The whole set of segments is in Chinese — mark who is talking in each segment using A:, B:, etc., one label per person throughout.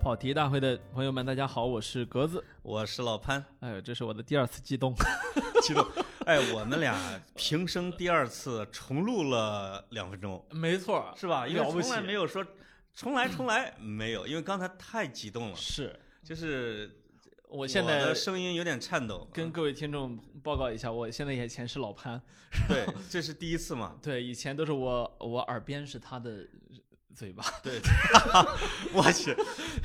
A: 跑题大会的朋友们，大家好，我是格子。
B: 我是老潘，
A: 哎呦，这是我的第二次激动，
B: 激动。哎，我们俩平生第二次重录了两分钟，
A: 没错，
B: 是吧？因为
A: 了不
B: 从
A: 起
B: 来没有说重来重来，没有，因为刚才太激动了，
A: 是
B: 就是
A: 我现
B: 我
A: 在
B: 的声音有点颤抖。啊
A: 跟各位听众报告一下，我现在眼前是老潘，
B: 对，这是第一次 嘛？
A: 对，以前都是我我耳边是他的嘴巴，
B: 对， 我去，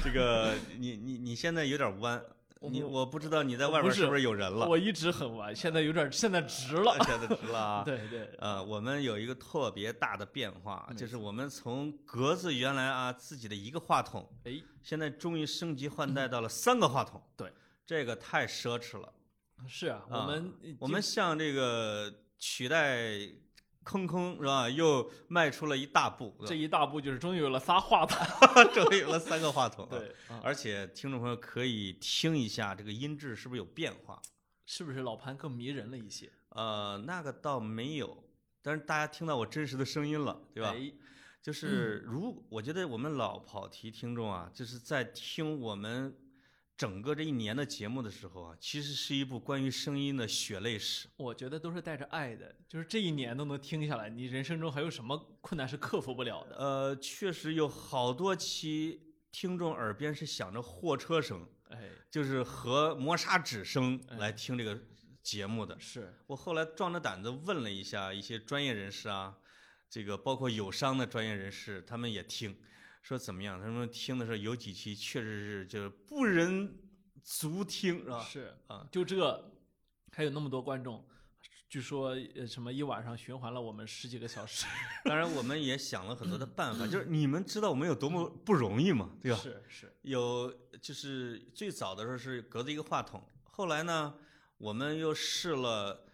B: 这个你你你现在有点弯，你
A: 我
B: 我不知道你在外边
A: 不是
B: 是不是有人了？
A: 我一直很弯，现在有点现在直了，
B: 现在直 了啊。
A: 对对，
B: 呃，我们有一个特别大的变化，就是我们从格子原来啊自己的一个话筒，
A: 哎，
B: 现在终于升级换代到了三个话筒。
A: 嗯对，
B: 这个太奢侈了。
A: 是啊，我
B: 啊
A: 们
B: 我们向这个取代坑坑是吧，又迈出了一大步，
A: 这一大步就是终于有了仨话筒，
B: 终于有了三个话筒。
A: 对，，啊
B: 而且听众朋友可以听一下这个音质是不是有变化？
A: 是不是老潘更迷人了一些，
B: 呃，那个倒没有，但是大家听到我真实的声音了，对吧？
A: 哎
B: 就是如我觉得我们老跑题听众啊，就是在听我们整个这一年的节目的时候啊，其实是一部关于声音的血泪史。
A: 我觉得都是带着爱的，就是这一年都能听下来，你人生中还有什么困难是克服不了的？
B: 呃，确实有好多期听众耳边是响着货车声，
A: 哎，
B: 就是和磨砂纸声来听这个节目的。
A: 是，
B: 我后来壮着胆子问了一下一些专业人士啊，这个包括友商的专业人士，他们也听，说怎么样？他们听的时候有几期确实是就是不忍足听，是吧？
A: 是
B: 啊，
A: 就这，还有那么多观众，据说呃什么一晚上循环了我们十几个小时，
B: 当然，我们也想了很多的办法，就是你们知道我们有多么不容易嘛，对吧？
A: 是 是，
B: 有就是最早的时候是隔着一个话筒，后来呢，我们又试了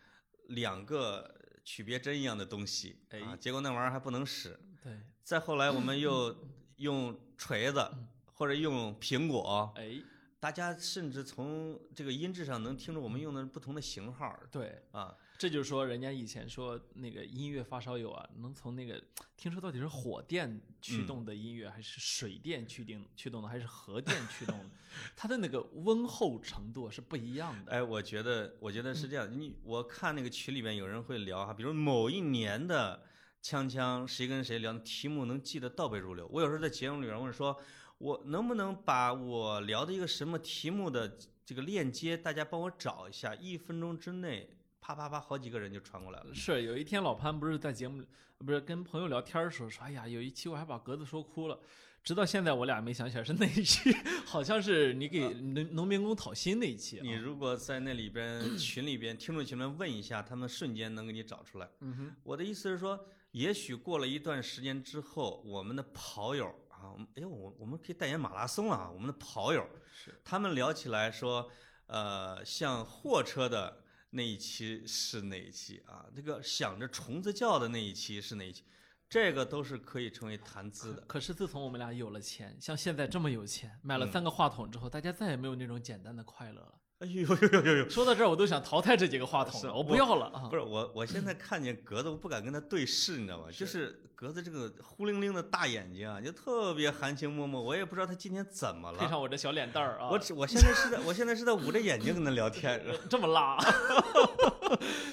B: 两个曲别针一样的东西，啊，
A: 哎
B: 结果那玩意儿还不能使，
A: 对，
B: 再后来，我们又用锤子或者用苹果，
A: 哎，
B: 大家甚至从这个音质上能听出我们用的不同的型号儿
A: 对，
B: 啊。
A: 这就是说人家以前说那个音乐发烧友啊，能从那个听说到底是火电驱
B: 嗯
A: 动的音乐，还是水电驱定驱动的，还是核电驱动的， 它的那个温厚程度是不一样的。
B: 哎，我觉得，我觉得是这样。你我看那个群里边有人会聊哈，比如某一年的锵锵谁跟谁聊，题目能记得倒背如流。我有时候在节目里边问说，我能不能把我聊的一个什么题目的这个链接，大家帮我找一下，一分钟之内，啪啪啪，好几个人就传过来了。
A: 是有一天老潘不是在节目里，不是跟朋友聊天儿的时候说，哎呀，有一期我还把格子说哭了，直到现在我俩没想起来是哪一期， 好像是你给农农民工讨薪那一期、啊。
B: 啊你如果在那里边群里边听众群里面问一下，他们瞬间能给你找出来。
A: 嗯哼，
B: 我的意思是说，也许过了一段时间之后，我们的跑友啊，我们哎呦，我我们可以代言马拉松了啊，我们的跑友，
A: 是
B: 他们聊起来说，呃，像货车的那一期是哪一期啊？那个想着虫子叫的那一期是哪一期？这个都是可以成为谈资的。
A: 可是自从我们俩有了钱，像现在这么有钱，买
B: 嗯
A: 了三个话筒之后，大家再也没有那种简单的快乐了。
B: 哎呦呦呦呦呦！
A: 说到这儿，我都想淘汰这几个话筒
B: 是
A: 了，
B: 啊
A: 我不
B: 我
A: 要了啊
B: 不！是我，我现在看见格子，我不敢跟他对视，你知道吗？就是格子这个忽灵灵的大眼睛啊，就特别含情脉脉。我也不知道他今天怎么
A: 配
B: 了。
A: 上我这小脸蛋儿啊，呃
B: 我只我现在是在我现在是在捂着眼睛跟他聊天，
A: 这么辣。啊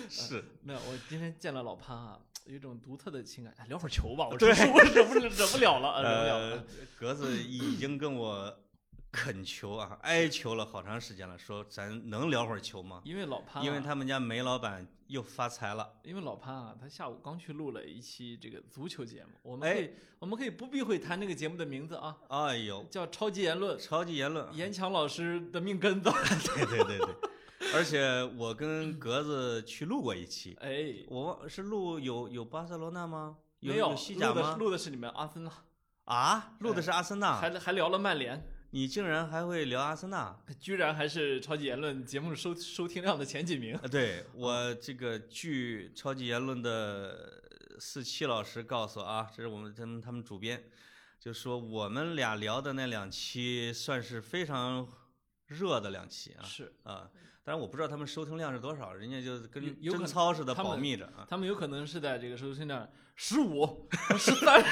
B: 是
A: 没有，我今天见了老潘啊，有一种独特的情感。哎聊会儿球吧，我
B: 对
A: 真是我忍不了忍不了 了，啊忍不了了
B: 呃。，格子已经跟我恳求啊哀求了好长时间了，说咱能聊会儿球吗？
A: 因为老潘、啊，
B: 因为他们家梅老板又发财了，
A: 因为老潘啊，他下午刚去录了一期这个足球节目，我们
B: 哎
A: 可以、我们可以不避讳谈这个节目的名字啊，
B: 哎呦，
A: 叫《超级言论》，
B: 超级言论，
A: 严强老师的命根子。
B: 对对对对，而且我跟格子去录过一期，
A: 哎，
B: 我忘是录有有巴塞罗那吗？有
A: 没有
B: 西甲
A: 录的
B: 吗？
A: 录的是你们阿森纳，
B: 啊，录的是阿森纳，
A: 还还聊了曼联，
B: 你竟然还会聊阿 森纳？啊，
A: 居然还是《超级言论》节目收收听量的前几名。
B: 对
A: 啊
B: 我这个据超级言论的呃四七老师告诉啊，这是我们他们他们主编，就说我们俩聊的那两期算是非常热的两期啊
A: 是，
B: 啊，但是我不知道他们收听量是多少，人家就跟
A: 有有可
B: 贞
A: 能
B: 操似的
A: 他
B: 保
A: 们
B: 密着啊，
A: 他们有可能是在这个收听量十五、十三，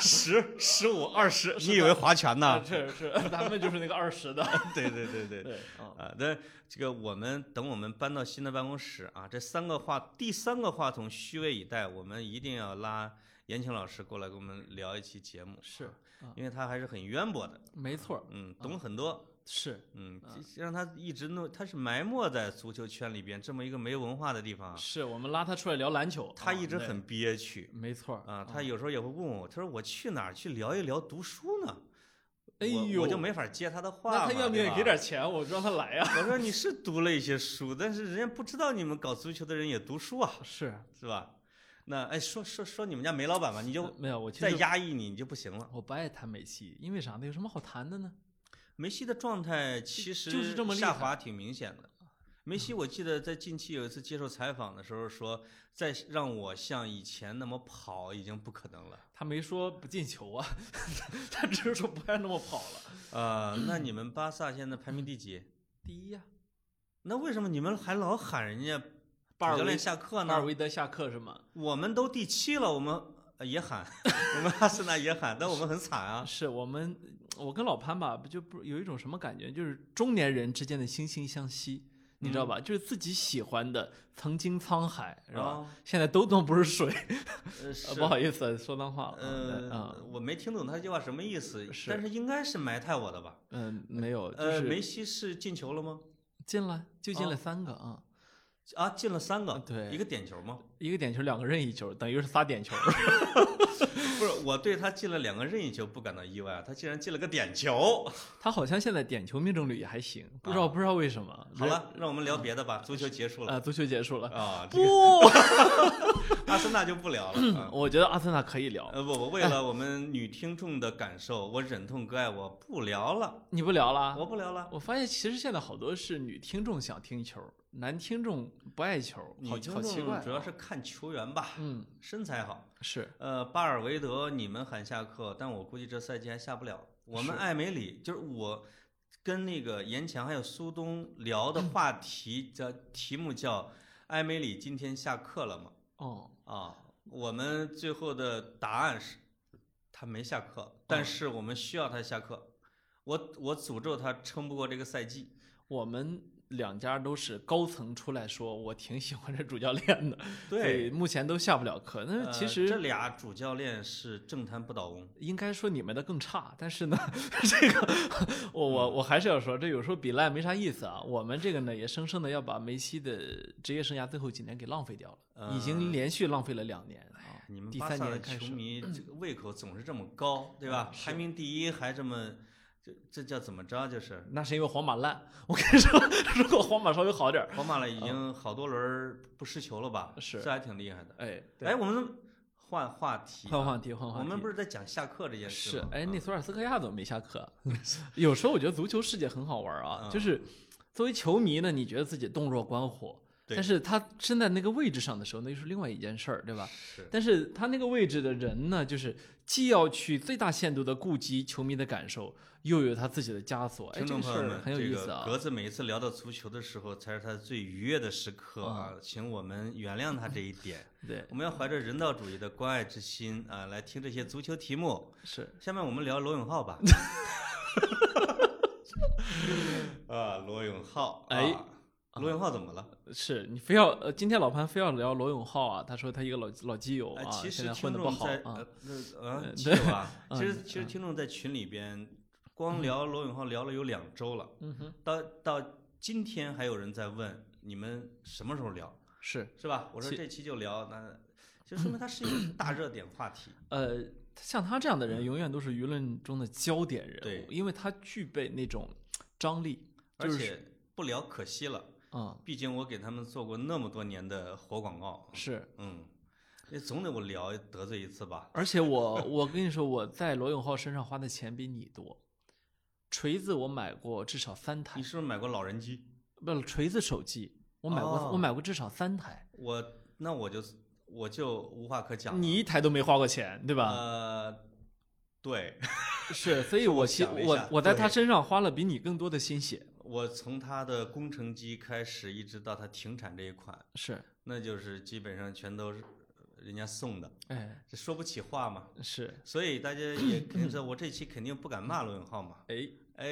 B: 十、十五、二十，
A: 是
B: 你以
A: 的
B: 为划拳呢？
A: 是是，咱们就是那个二十的，
B: 对对对对。
A: 对啊，
B: 啊，但这个我们等我们搬到新的办公室啊，这三个话，第三个话筒虚位以待，我们一定要拉严青老师过来跟我们聊一期节目，
A: 是啊
B: 因为他还是很渊博的，
A: 没错儿，
B: 嗯，懂很多，
A: 是
B: 嗯
A: 啊，
B: 这让他一直弄，他是埋没在足球圈里边这么一个没文化的地方啊，
A: 是，我们拉他出来聊篮球，
B: 他
A: 啊
B: 一直
A: 对
B: 很憋屈
A: 没错儿
B: 啊，他有时候也会问我，他说我去哪儿去聊一聊读书呢？
A: 哎
B: 我
A: 呦，
B: 我就没法接他的话嘛，
A: 那他要不
B: 对
A: 要
B: 吧
A: 给点钱，我让他来啊呀？
B: 我说你是读了一些书，但是人家不知道你们搞足球的人也读书啊，
A: 是，
B: 是吧？那哎，说说说你们家梅老板吧，你就
A: 没有，我其
B: 再
A: 实
B: 压抑你，你就不行了。
A: 我不爱谈梅西，因为啥呢？有什么好谈的呢？
B: 梅西的状态其实
A: 就是这么厉害
B: 下滑挺明显的。梅西，我记得在近期有一次接受采访的时候说，再让我像以前那么跑已经不可能了。
A: 他没说不进球啊， 他只是说不爱那么跑了。
B: 呃，那你们巴萨现在排名 第几？
A: 第一呀、啊
B: 那为什么你们还老喊人家
A: 巴尔
B: 主教
A: 维
B: 练下课
A: 巴
B: 呢
A: 尔？维德下课是吗？
B: 我们都第七了，我们呃也喊， 我们阿森纳也喊，但我们很惨啊。
A: 是我们，我跟老潘吧，不就不有一种什么感觉，就是中年人之间的惺惺相惜，你知道
B: 嗯
A: 吧？就是自己喜欢的曾经沧海，是吧？
B: 啊
A: 现在都弄不是水，
B: 呃，
A: 呃
B: 是
A: 不好意思说脏话了。嗯对
B: 呃，
A: 啊，
B: 我没听懂他这句话什么意思，
A: 是
B: 但是应该是埋汰我的吧？
A: 嗯，没有，就
B: 呃，梅
A: 是
B: 西是进球了吗？
A: 进了就进了
B: 哦
A: 三个啊，
B: 啊，进了三个，
A: 对
B: 一个点球 吗？
A: 一个点球，两个任意球，等于是仨点球。
B: 不是，我对他进了两个任意球不感到意外，啊他竟然进了个点 球。
A: 他好像现在点球命中率也还行，不知道、
B: 啊
A: 不知道为什么。
B: 好了，让我们聊别的吧，足球结束
A: 人，
B: 了
A: 啊，足球结束了。
B: 啊，这
A: 不，
B: 个阿森纳就不聊了。啊
A: 我觉得阿森纳可以聊，
B: 呃，不不，为了我们女听众的感受，我忍痛割爱，我不聊了，
A: 你不聊了？
B: 我不聊了。
A: 我发现其实现在好多是女听众想听球，男听众不爱球，
B: 女
A: 好
B: 听
A: 好奇怪啊。
B: 众主要是看球员吧，
A: 嗯
B: 身材好。
A: 是
B: 呃，巴尔维德，你们喊下课，但我估计这赛季还下不了。我们
A: 是
B: 艾梅里就是我跟那个严强还有苏东聊的话题叫题目叫艾梅里今天下课了吗？
A: 哦，
B: 啊，我们最后的答案是他没下
A: 哦
B: 课，但是我们需要他下课。我我诅咒他撑不过这个赛季。
A: 我们两家都是高层出来说，我挺喜欢这主教练的，所以，目前都下不了课。但
B: 呃
A: 是其
B: 这
A: 实
B: 俩主教练是政坛不倒翁。
A: 应该说你们的更差，但是呢，这个我我
B: 嗯
A: 我还是要说，这有时候比烂没啥意思啊。我们这个呢，也生生的要把梅西的职业生涯最后几年给浪费掉了，
B: 嗯
A: 已经连续浪费了两年啊，
B: 你们
A: 第
B: 巴
A: 三
B: 萨
A: 年
B: 的
A: 开
B: 球
A: 始嗯
B: 迷这个胃口总是这么高，对吧？
A: 是
B: 排名第一还这么，这这叫怎么着？就是
A: 那是因为皇马烂。我跟你说， 如果皇马稍微好点儿，
B: 皇马了已经好多轮儿不失球了吧？
A: 嗯是
B: 这还挺厉害的。
A: 哎，
B: 哎，，我们换话题啊，
A: 换话题，换话题。
B: 我们不是在讲下课这件事
A: 是
B: 吗？
A: 哎，
B: 啊
A: 那索尔斯克亚怎么没下 课？啊有时候我觉得足球世界很好玩啊，
B: 嗯
A: 就是作为球迷呢，你觉得自己洞若观火，
B: 对
A: 但是他身在那个位置上的时候，那又是另外一件事儿，对吧？
B: 是
A: 但是他那个位置的人呢，就是既要去最大限度的顾及球迷的感受，又有他自己的枷锁。哎，
B: 听
A: 这个
B: 众
A: 事
B: 朋友
A: 儿
B: 们，
A: 很有
B: 这
A: 意
B: 个
A: 思啊。
B: 格子每一次聊到足球的时候，才是他最愉悦的时刻
A: 嗯
B: 啊，请我们原谅他这一点。
A: 对，
B: 我们要怀着人道主义的关爱之心啊，来听这些足球题目。
A: 是
B: 下面我们聊罗永浩 吧。啊，罗永浩，
A: 哎
B: 啊，罗永浩怎么了？
A: 是，你非要呃，今天老潘非要聊罗永浩啊，他说他一个老老基友
B: 哎
A: 啊，，
B: 其
A: 现
B: 实
A: 在
B: 听
A: 混的不
B: 众
A: 好啊
B: 在呃，那啊，
A: 嗯
B: 基友啊，
A: 嗯
B: 其实其实
A: 嗯
B: 听众在群里边光聊罗永浩聊了有两周了，
A: 嗯哼，
B: 到到今天还有人在问你们什么时候聊，
A: 是
B: 是吧？我说
A: 其
B: 这期就聊，那就说明它是一个大热点话题。
A: 呃，像他这样的人永远都是舆论中的焦点人物，
B: 嗯对
A: 因为他具备那种张力，
B: 而
A: 就是
B: 且不聊可惜了，
A: 嗯，
B: 毕竟我给他们做过那么多年的活广告，
A: 是。
B: 嗯，那总得我聊得罪一次吧？
A: 而且我我跟你说，我在罗永浩身上花的钱比你多。锤子我买过至少三台
B: 你，是不是买过老人机？
A: 不，锤子手机我买过，我
B: 哦
A: 买过至少三台，
B: 我那我就我就无话可讲了。
A: 你一台都没花过钱，对吧？
B: 呃，对，
A: 是，所以我其
B: 呃想了一
A: 我
B: 下
A: 我在
B: 对
A: 他身上花了比你更多的心血，
B: 我从它的工程机开始，一直到它停产这一款，
A: 是，
B: 那就是基本上全都是人家送的，
A: 哎，
B: 这说不起话嘛。
A: 是，
B: 所以大家 也肯定知道，我这期肯定不敢骂罗永浩嘛。
A: 哎，
B: 哎，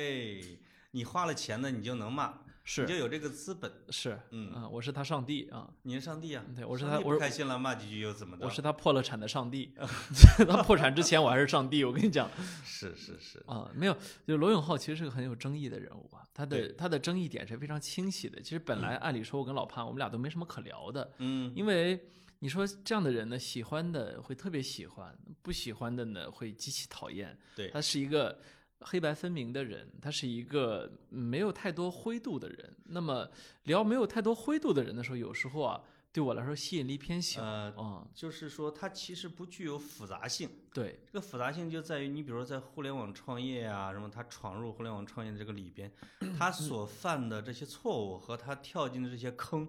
B: 你花了钱呢，你就能骂，你就是有这个资本。
A: 是，
B: 嗯
A: 啊，我是他上帝啊，
B: 你是上帝啊！
A: 对我是
B: 上
A: 他
B: 帝
A: 我
B: 不
A: 是
B: 开心了骂几句又怎么的？
A: 我是他破了产的上 帝，他破产之前我还是上帝，我跟你讲
B: 是是是，
A: 啊，没有，就罗永浩其实是个很有争议的人物啊，他的
B: 对
A: 他的争议点是非常清晰的。其实本来按理说我跟老潘我们俩都没什么可聊的，
B: 嗯，
A: 因为你说这样的人呢，喜欢的会特别喜欢，不喜欢的呢会极其讨厌。
B: 对
A: 他是一个黑白分明的人，他是一个没有太多灰度的人。那么聊没有太多灰度的人的时候，有时候啊，对我来说吸引力偏小。
B: 呃，
A: 嗯，
B: 就是说它其实不具有复杂性。
A: 对，
B: 这个复杂性就在于，你比如说在互联网创业啊，什么他闯入互联网创业的这个里边，他所犯的这些错误和他跳进的这些坑，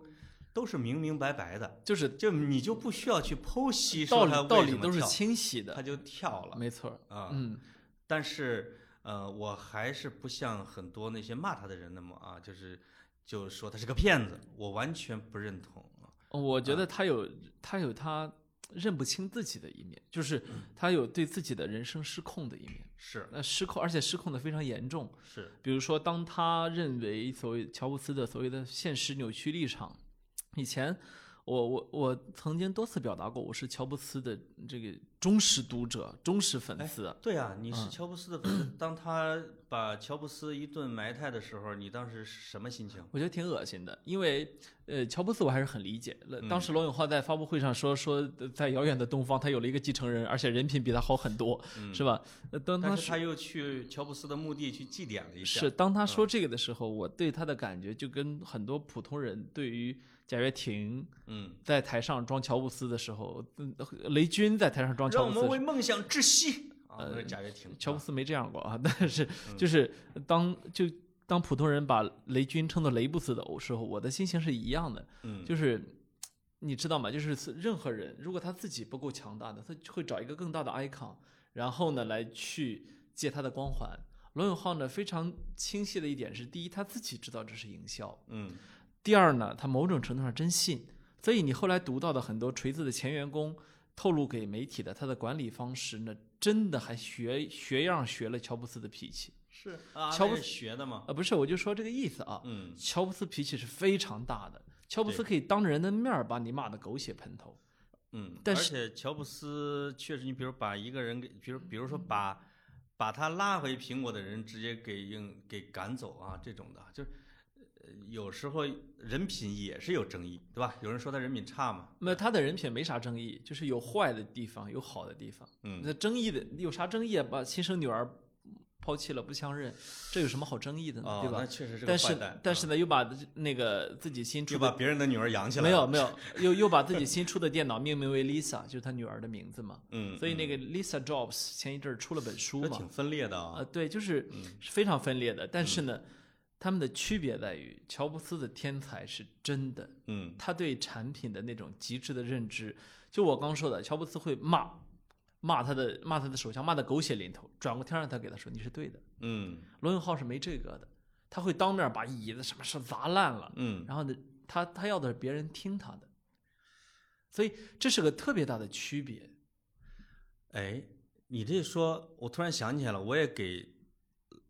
B: 都是明明白白的，
A: 就是
B: 就你就不需要去剖析
A: 道
B: 说他
A: 理道
B: 为
A: 理
B: 什么
A: 都是
B: 跳，
A: 清晰的
B: 他，就跳了
A: 没错儿。
B: 啊。
A: 嗯，
B: 但是呃，我还是不像很多那些骂他的人那么啊，就是就说他是个骗子，我完全不认同啊。
A: 呃我觉得他有他有他认不清自己的一面，就是
B: 嗯
A: 他有对自己的人生失控的一面。
B: 是
A: 那失控，而且失控的非常严重。
B: 是，
A: 比如说，当他认为所谓乔布斯的所谓的现实扭曲立场，以前我我我曾经多次表达过，我是乔布斯的这个忠实读者、忠实粉丝。
B: 对啊，你是
A: 嗯
B: 乔布斯的粉 丝，当他把乔布斯一顿埋汰的时候，你当时是什么心情？
A: 我觉得挺恶心的，因为呃，乔布斯我还是很理解。了
B: 嗯
A: 当时罗永浩在发布会上说说，在遥远的东方，他有了一个继承人，而且人品比他好很多，
B: 嗯
A: 是吧？呃当他
B: 但是他又去乔布斯的墓地去祭奠了一下，
A: 是，当他说这个的时候，我对他的感觉就跟很多普通人对于贾跃亭
B: 嗯，
A: 在台上装乔布斯的时候，嗯雷军在台上装
B: 让
A: 乔
B: 我
A: 布
B: 们
A: 斯
B: 为
A: 是，
B: 梦想窒息啊！
A: 呃
B: 我是贾跃亭，
A: 乔布
B: 斯
A: 斯没这样过
B: 嗯
A: 啊， 但是就是当就当普通人把雷军称作雷布斯的时候，我的心情是一样的，
B: 嗯，
A: 就是。你知道吗？就是任何人，如果他自己不够强大的，他就会找一个更大的 icon，然后呢来去借他的光环。罗永浩呢非常清晰的一点是：第一，他自己知道这是营销，
B: 嗯
A: 第二呢，他某种程度上真信，所以你后来读到的很多锤子的前员工透露给媒体的他的管理方式呢，真的还学学样学了乔布斯的脾气
B: 是啊，
A: 乔布
B: 斯学的嘛
A: 啊、，不是，我就说这个意思啊。
B: 嗯，
A: 乔布斯脾气是非常大的，乔布斯
B: 对
A: 可以当着人的面儿把你骂得狗血喷头。
B: 嗯，
A: 但
B: 而
A: 是
B: 且乔布斯确实，你比如把一个人给，比如比如说把把他拉回苹果的人，直接给硬给赶走啊，这种的，就是呃有时候人品也是有争议，对吧？有人说他人品差嘛，
A: 那他的人品没啥争议，就是有坏的地方，有好的地方。
B: 嗯，
A: 那争议的有啥争议啊？把亲生女儿抛弃了不相认，这有什么好争议的呢？
B: 哦，
A: 嗯对吧
B: 那？确实是个
A: 但
B: 坏
A: 是
B: 蛋，
A: 但是
B: 啊
A: 呢，又把那个自己新出
B: 又
A: 的
B: 把别人的女儿养起来，
A: 没 有，没有，又又把自己新出的电脑命名为 Lisa，就是他女儿的名字嘛。
B: 嗯，
A: 所以那
B: 嗯
A: 个 Lisa Jobs 前一阵儿出了本书
B: 那
A: 嘛
B: 挺，分裂的啊
A: 呃，，对，就是是非常分裂的。但是呢，他们的区别在于，乔布斯的天才是真的，
B: 嗯，
A: 他对产品的那种极致的认知，就我刚说的，乔布斯会骂骂他的骂他的手下骂的狗血淋头，转过天让他给他说你是对的。
B: 嗯
A: 罗永浩是没这个的，他会当面把椅子什么事砸烂了，
B: 嗯，
A: 然后呢，他他要的是别人听他的，所以这是个特别大的区别。
B: 哎，你这说，我突然想起来了，我也给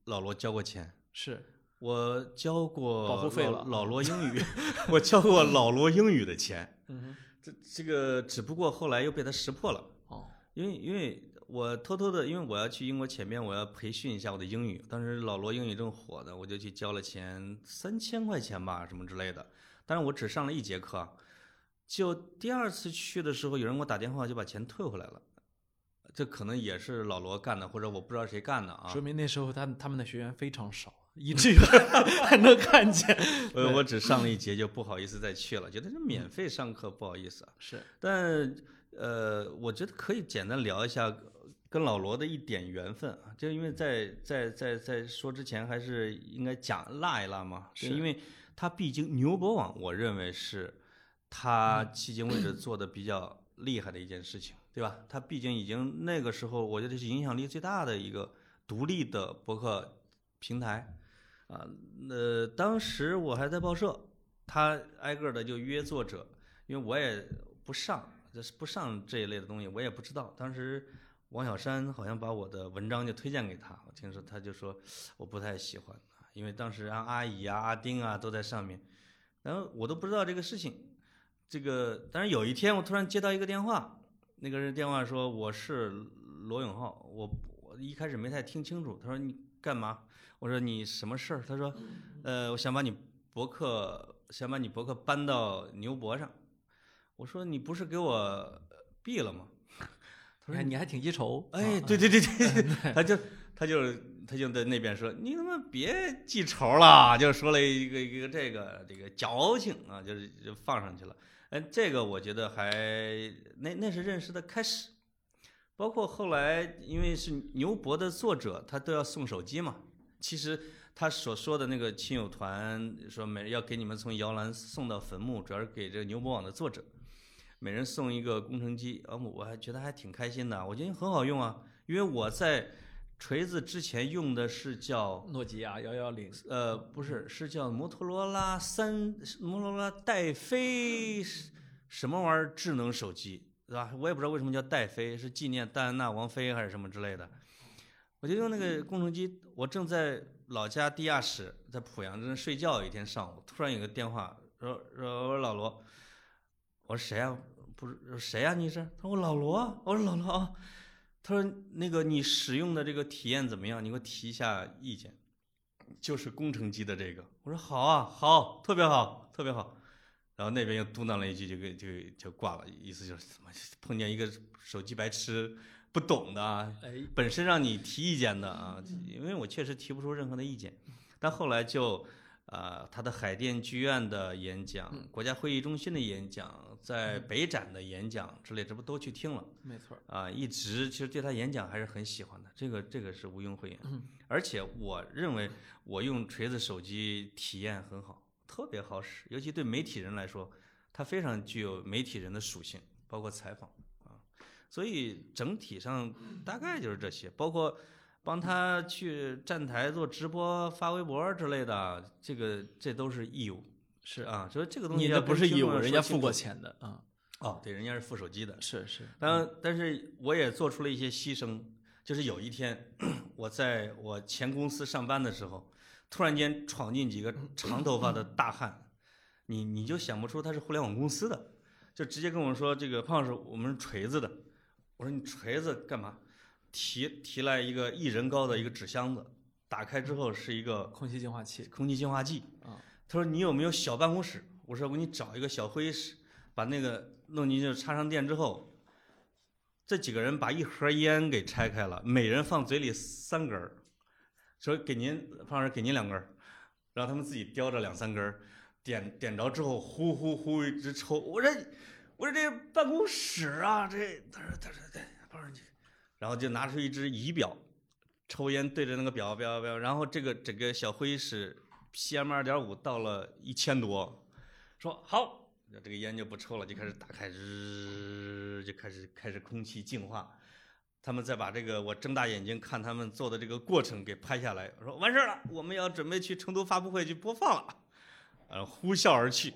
B: 老罗交过钱。
A: 是
B: 我交过
A: 保护费
B: 老
A: 了
B: 老罗 英语，我交过老罗英语的钱，
A: 嗯，
B: 这这个只不过后来又被他识破了，
A: 哦，
B: 因为因为我偷偷的，因为我要去英国前面我要培训一下我的英语，当时老罗英语正火呢，我就去交了钱三千块钱吧，什么之类的，但是我只上了一节课，就第二次去的时候，有人给我打电话就把钱退回来了，这可能也是老罗干的，或者我不知道谁干的啊，
A: 说明那时候他他们的学员非常少，以至于 还能看见。
B: 哎 我我只上了一节就不好意思再去了，觉得这免费上课不好意思啊。
A: 是
B: 但呃，我觉得可以简单聊一下呃跟老罗的一点缘分啊，就因为在在在在说之前，还是应该讲落一落嘛，就是因为他毕竟牛博网，我认为是他迄今为止做的比较厉害的一件事情，对吧？他毕竟已经那个时候，我觉得是影响力最大的一个独立的博客平台。啊、啊，呃，当时我还在报社，他挨个的就约作者，因为我也不上，就是不上这一类的东西，我也不知道。当时王小山好像把我的文章就推荐给他，我听说他就说我不太喜欢，因为当时啊阿姨啊、阿丁啊都在上面，然后我都不知道这个事情。这个，但是有一天我突然接到一个电话，那个人电话说我是罗永浩，我我一开始没太听清楚，他说你干嘛？我说你什么事儿？他说，呃，我想把你博客想把你博客搬到牛博上。我说你不是给我呃毙了吗？
A: 他说你还挺记仇，
B: 哎，
A: 啊
B: 对对对对， 对他就他就他就在那边说你他妈别记仇了，就说了一个一个这个这个矫情啊，就是就放上去了。嗯，这个我觉得还那那是认识的开始，包括后来因为是牛博的作者，他都要送手机嘛。其实他所说的那个亲友团说每人要给你们从摇篮送到坟墓，主要是给这个牛博网的作者。每人送一个工程机，啊，我还觉得还挺开心的，我觉得很好用啊，因为我在锤子之前用的是叫
A: 诺基亚幺幺零，
B: 呃不是是叫摩托罗拉三摩托罗拉戴飞什么玩意儿智能手机，对吧？我也不知道为什么叫戴飞，是纪念戴安娜王妃还是什么之类的。我就用那个工程机，我正在老家地下室，在濮阳正睡觉，有一天上午突然有个电话说说我老罗，我说谁呀、不是谁呀、你是？他说我老罗啊。我说老罗啊。他说那个你使用的这个体验怎么样？你给我提一下意见。就是工程机的这个，我说好啊，好，特别好，特别好。然后那边又嘟囔了一句，就给就给就挂了，意思就是他妈碰见一个手机白痴不懂的啊，
A: 哎，
B: 本身让你提意见的啊，因为我确实提不出任何的意见。但后来就，呃，他的海淀剧院的演讲、国家会议中心的演讲、在北展的演讲之类，这不都去听了
A: 没错儿，
B: 啊、一直其实对他演讲还是很喜欢的，这个这个是毋庸讳言。
A: 嗯
B: 而且我认为我用锤子手机体验很好，特别好使，尤其对媒体人来说，它非常具有媒体人的属性，包括采访啊。所以整体上大概就是这些，包括帮他去站台做直播、发微博之类的，这个这都是义务。
A: 是
B: 啊，所以这个东西
A: 你
B: 要
A: 的不
B: 跟
A: 是
B: 听
A: 义
B: 众
A: 务，
B: 说
A: 人家
B: 清
A: 付过
B: 楚
A: 钱的啊，
B: 哦，对，人家是付手机的。
A: 是是，
B: 但但是我也做出了一些牺牲，就是有一天 我在我前公司上班的时候，突然间闯进几个长头发的大汉，你你就想不出他是互联网公司的，就直接跟我说这个胖老师我们是锤子的，我说你锤子干嘛？提提来一个一人高的一个纸箱子，打开之后是一个
A: 空气净化器
B: 空气净化器
A: 啊。
B: 他说你有没有小办公室？我说我给你找一个小会议室，把那个弄进去，插上电之后，这几个人把一盒烟给拆开了，每人放嘴里三根儿，说给您胖老师给您两根儿，让他们自己叼着两三根儿，点点着之后呼呼呼一直抽。我说我说这办公室啊，这他说他说他说胖老师你，然后就拿出一只仪表。抽烟对着那个表表表，然后这个整个小会议室 PM 二点五到了一千多，说好，这个烟就不抽了，就开始打开，日就开始开始空气净化。他们再把这个我睁大眼睛看他们做的这个过程给拍下来，说完事儿了，我们要准备去成都发布会去播放了，呃，呼啸而去。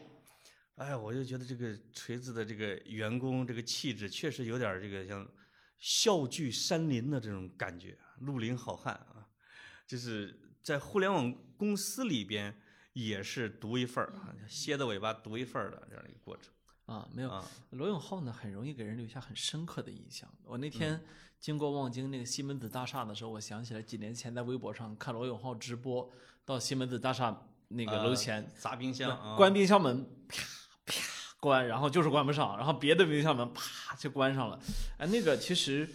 B: 哎呀，我就觉得这个锤子的这个员工这个气质确实有点儿这个像笑聚山林的这种感觉，绿林好汉啊，就是在互联网公司里边也是独一份儿啊，蝎子尾巴独一份儿的这样一个过程
A: 啊，没有。
B: 啊。
A: 罗永浩呢，很容易给人留下很深刻的印象。我
B: 嗯
A: 那天经过望京那个西门子大厦的时候，我想起来几年前在微博上看罗永浩直播，到西门子大厦那个楼
B: 呃
A: 前、
B: 砸冰箱啊，
A: 关冰箱门，啪啪关，然后就是关不上，然后别的冰箱门啪就关上了。哎，那个其实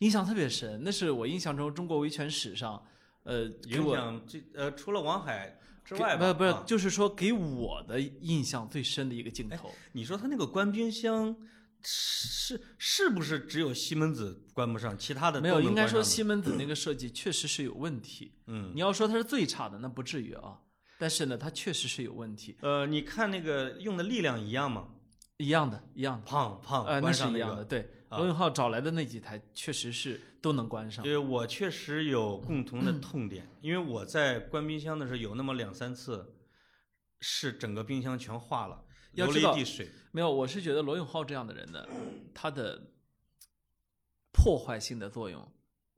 A: 印象特别深，那是我印象中中国维权史上，呃，给
B: 影
A: 我
B: 响这呃除了王海之
A: 给
B: 外
A: 不
B: 吧，
A: 是不是
B: 啊，
A: 就是说给我的印象最深的一个镜头。
B: 你说他那个关冰箱是是不是只有西门子关不上，其他的
A: 没有，
B: 都能
A: 应该
B: 关
A: 说
B: 上呢
A: 西门子那个设计确实是有问题。
B: 嗯。
A: 你要说它是最差的，那不至于啊。但是呢，它确实是有问题，
B: 呃，你看那个用的力量一样吗？
A: 一样的，一样的，
B: 胖胖，
A: 呃，那
B: 啊关
A: 是
B: 上
A: 一
B: 那
A: 样
B: 个啊
A: 的，对。罗永浩找来的那几台确实是都能关上
B: 因。为我确实有共同
A: 嗯
B: 的痛点，因为我在关冰箱的时候有那么两三次，是整个冰箱全化了，
A: 要
B: 流
A: 知
B: 了
A: 道
B: 一地水。
A: 没有，我是觉得罗永浩这样的人呢，他的破坏性的作用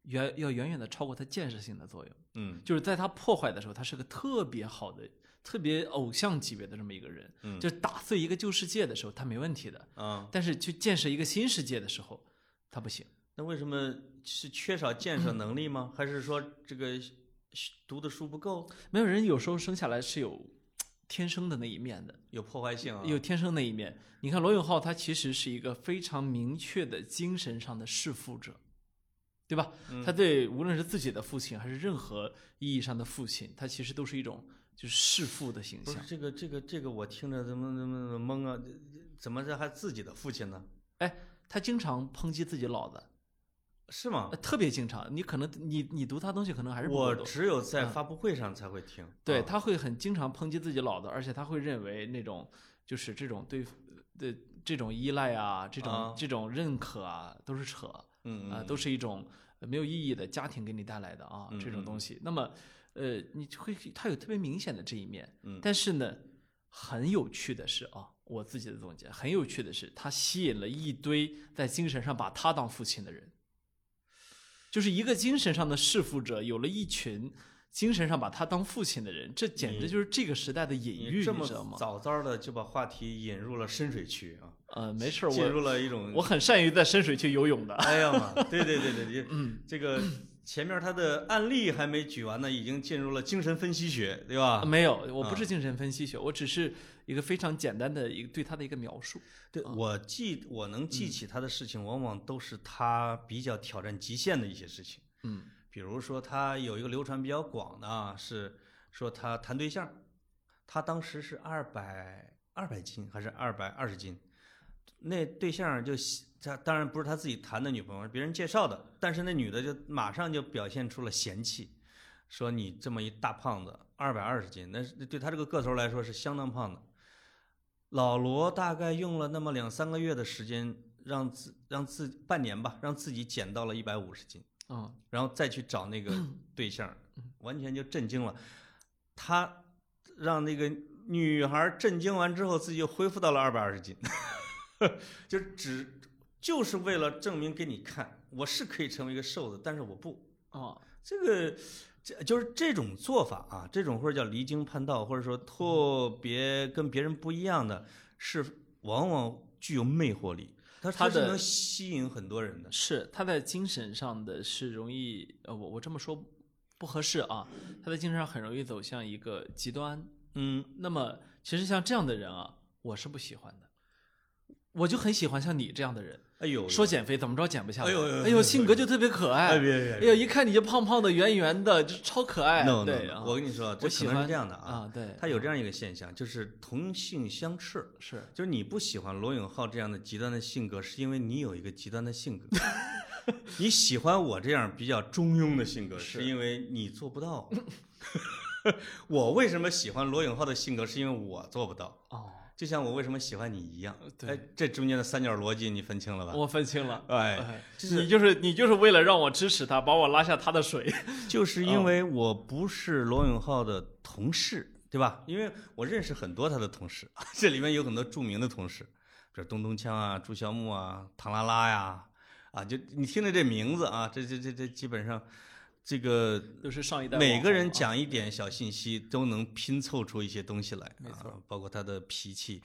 A: 远要远远的超过他建设性的作用。
B: 嗯
A: 就是在他破坏的时候，他是个特别好的、特别偶像级别的这么一个人。
B: 嗯
A: 就是打碎一个旧世界的时候，他没问题的，
B: 啊，
A: 但是去建设一个新世界的时候，他不行。
B: 那为什么是缺少建设能力吗？还是说这个读的书不够，
A: 没有人有时候生下来是有天生的那一面的，
B: 有破坏性啊？
A: 有天生那一面。你看罗永浩，他其实是一个非常明确的精神上的弑父者，对吧？
B: 嗯
A: 他对无论是自己的父亲还是任何意义上的父亲，他其实都是一种就是弑父的形
B: 不
A: 象
B: 是。这个这个这个，我听着怎么怎么怎么懵啊？这这怎么这还自己的父亲呢？
A: 哎，他经常抨击自己老子，
B: 是吗
A: 呃？特别经常。你可能你你读他东西可能还是不
B: 我
A: 够读
B: 只有在发布会上才会听。
A: 嗯对，
B: 啊
A: 他会很经常抨击自己老的，而且他会认为那种就是这种对对这种依赖啊，这种、
B: 啊
A: 这种认可啊，都是扯啊、
B: 嗯嗯
A: 都是一种呃没有意义的家庭给你带来的啊、
B: 嗯
A: 这
B: 嗯
A: 种东西。那么，呃，你就会他有特别明显的这一面，
B: 嗯
A: 但是呢，很有趣的是啊，我自己的总结，很有趣的是，他吸引了一堆在精神上把他当父亲的人。就是一个精神上的弑父者，有了一群精神上把他当父亲的人，这简直就是这个时代的隐喻，
B: 你
A: 你
B: 这么
A: 知道吗？
B: 早早的就把话题引入了深水区啊，
A: 呃，没事儿，
B: 进入
A: 我
B: 了一种
A: 我很善于在深水区游泳的。
B: 哎呀妈，对对对对对，嗯，这个前面他的案例还没举完呢，已经进入了精神分析学，对吧？
A: 啊没有，我不是精神分析学，我只是一个非常简单的一个对他的一个描述。
B: 对，我记我能记起
A: 嗯
B: 他的事情，往往都是他比较挑战极限的一些事情，
A: 嗯，
B: 比如说他有一个流传比较广的啊，是说他谈对象，他当时是二百二百斤还是二百二十斤，那对象就喜他当然不是他自己谈的女朋友，是别人介绍的，但是那女的就马上就表现出了嫌弃，说你这么一大胖子，二百二十斤，那是那对他这个个头来说是相当胖的。老罗大概用了那么两三个月的时间，让自让自半年吧，让自己减到了一百五十斤，
A: 嗯，
B: 然后再去找那个对象，完全就震惊了。他让那个女孩震惊完之后，自己又恢复到了二百二十斤， 就只就是为了证明给你看，我是可以成为一个瘦子，但是我不。
A: 哦，
B: 这个这就是这种做法啊，这种或者叫离经叛道，或者说
A: 嗯
B: 特别跟别人不一样的，是往往具有魅惑力，它
A: 它
B: 它是
A: 的
B: 能吸引很多人的。
A: 是他在精神上的是容易，呃，我我这么说不合适啊，他在精神上很容易走向一个极端。
B: 嗯，
A: 那么，其实像这样的人啊，我是不喜欢的，我就很喜欢像你这样的人。
B: 哎呦，
A: 说减肥怎么着减不下来，
B: 哎呦哎呦
A: 哎
B: 哎呦
A: 性格就特别可爱，
B: 哎别别别
A: 哎呦，一看你就胖胖的、圆圆的，就超可爱。
B: no no，,
A: 对
B: no，
A: 啊，
B: 我跟你说，
A: 我
B: 这可
A: 喜
B: 能
A: 欢
B: 是这样的
A: 啊，
B: 啊，
A: 对，
B: 它有这样一个现象，就是同性相斥。
A: 是
B: 就是你不喜欢罗永浩这样的极端的性格，是因为你有一个极端的 性格。你喜欢我这样比较中庸的性格，是因为你做不到。 我为什么喜欢罗永浩的性格，是因为我做不到。
A: 哦，
B: 就像我为什么喜欢你一样。
A: 呃对
B: 哎，这中间的三角逻辑你分清了吧？
A: 我分清了。
B: 哎，
A: 哎，你就是你就是为了让我支持他，把我拉下他的水。
B: 就是因为我不是罗永浩的同事，对吧？因为我认识很多他的同事， 这里面有很多著名的同事，比如东东锵啊、朱孝木啊、唐拉拉呀、啊，就你听着这名字啊，这这这这基本上，这个
A: 就是上一代
B: 每个人
A: 网红啊
B: 讲一点小信息，都能拼凑出一些东西来，
A: 没错嗯
B: 啊，包括他的脾气，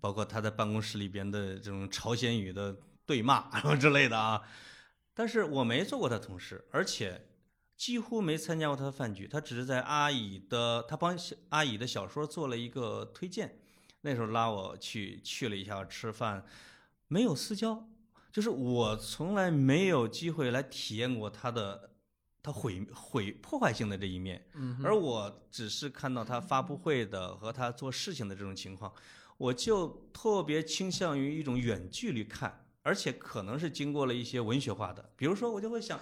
B: 包括他在办公室里边的这种朝鲜语的对骂， 然后之类的啊。但是我没做过他同事，而且几乎没参加过他的饭局，他只是在阿乙的，他帮小阿乙的小说做了一个推荐，那时候拉我去去了一下吃饭，没有私交，就是我从来没有机会来体验过他的他毁毁破坏性的这一面，
A: 嗯
B: 而我只是看到他发布会的和他做事情的这种情况，我就特别倾向于一种远距离看，而且可能是经过了一些文学化的，比如说我就会想，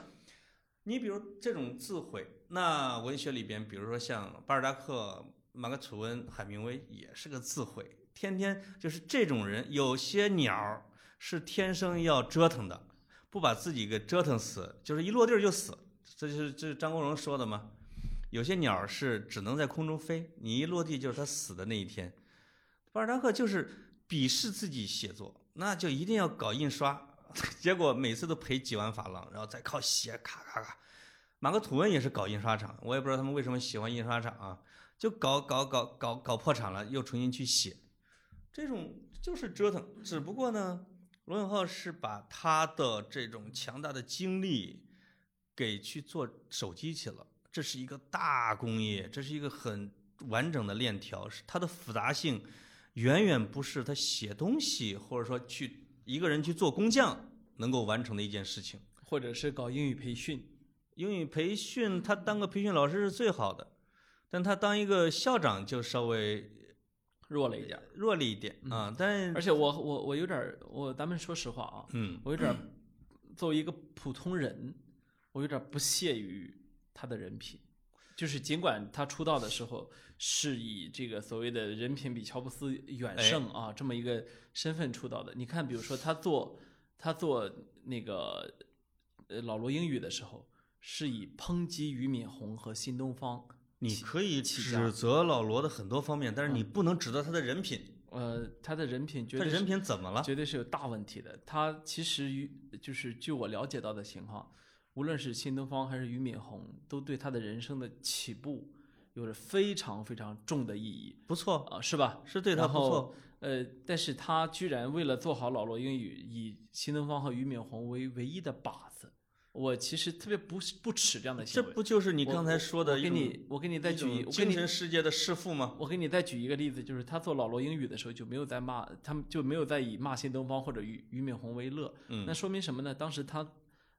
B: 你比如这种自毁，那文学里边，比如说像巴尔扎克、马格吐温、海明威也是个自毁，天天就是这种人，有些鸟儿是天生要折腾的，不把自己给折腾死，就是一落地儿就死。这就是这是张国荣说的嘛。有些鸟儿是只能在空中飞，你一落地就是它死的那一天。巴尔扎克就是鄙视自己写作，那就一定要搞印刷， 结果每次都赔几万法郎，然后再靠写，咔咔咔。马克吐温也是搞印刷厂，我也不知道他们为什么喜欢印刷厂啊，就搞搞搞搞搞破产了，又重新去写，这种就是折腾。只不过呢，罗永浩是把他的这种强大的精力给去做手机去了，这是一个大工业，这是一个很完整的链条，是它的复杂性远远不是他写东西或者说去一个人去做工匠能够完成的一件事情。
A: 或者是搞英语培训，
B: 英语培训，他当个培训老师是最好的，但他当一个校长就稍微
A: 弱了一点儿。
B: 弱了一点啊。但
A: 嗯而且我我我有点儿我咱们说实话啊，
B: 嗯，
A: 我有点儿作为一个普通人，我有点儿不屑于他的人品。就是尽管他出道的时候是以这个所谓的人品比乔布斯远
B: 哎
A: 胜啊、这么一个身份出道的，你看，比如说他做他做那个呃老罗英语的时候，是以抨击俞敏洪和新东方，
B: 你可以
A: 起家
B: 指责老罗的很多方面，但是你不能指责他的人品，
A: 呃，他的人品绝
B: 他
A: 对是
B: 人品怎么了？
A: 绝对是有大问题的。他其实于就是据我了解到的情况，无论是新东方还是俞敏洪，都对他的人生的起步有着非常非常重的意义
B: 不错，
A: 啊、是吧？
B: 是对他
A: 然
B: 不
A: 后
B: 错。
A: 呃，但是他居然为了做好老罗英语，以新东方和俞敏洪为唯一的靶子，我其实特别不不耻这样的
B: 这
A: 行为。
B: 不就是你
A: 我
B: 刚才
A: 我
B: 说的
A: 我
B: 一
A: 给
B: 种
A: 你，我给你再
B: 一
A: 举
B: 种
A: 一，我给
B: 精
A: 你
B: 神世界的弑父吗？
A: 我给你再举一个例子，就是他做老罗英语的时候就没有在骂，他们就没有在以骂新东方或者俞俞敏洪为乐。
B: 嗯
A: 那说明什么呢？当时他，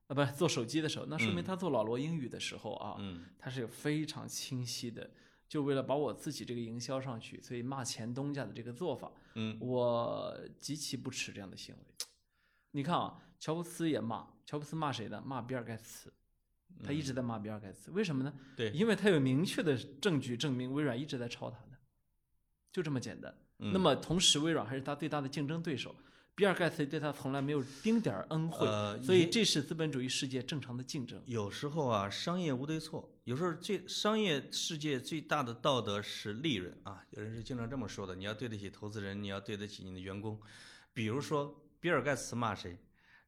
A: 呃，不是做手机的时候，那说明他做老罗英语的时候啊，
B: 嗯，
A: 他是有非常清晰的，就为了把我自己这个营销上去，所以骂前东家的这个做法，
B: 嗯，
A: 我极其不耻这样的行为。你看啊，乔布斯也骂，乔布斯骂谁呢？骂比尔盖茨，他一直
B: 嗯
A: 在骂比尔盖茨，为什么呢？
B: 对，
A: 因为他有明确的证据证明微软一直在抄他的，就这么简单。
B: 嗯
A: 那么同时，微软还是他最大的竞争对手，比尔盖茨对他从来没有丁点儿恩惠，
B: 呃
A: 所以
B: 也
A: 这是资本主义世界正常的竞争。
B: 有时候啊，商业无对错，有时候最商业世界最大的道德是利润啊。有人是经常这么说的：你要对得起投资人，你要对得起你的员工。比如说，比尔盖茨骂谁？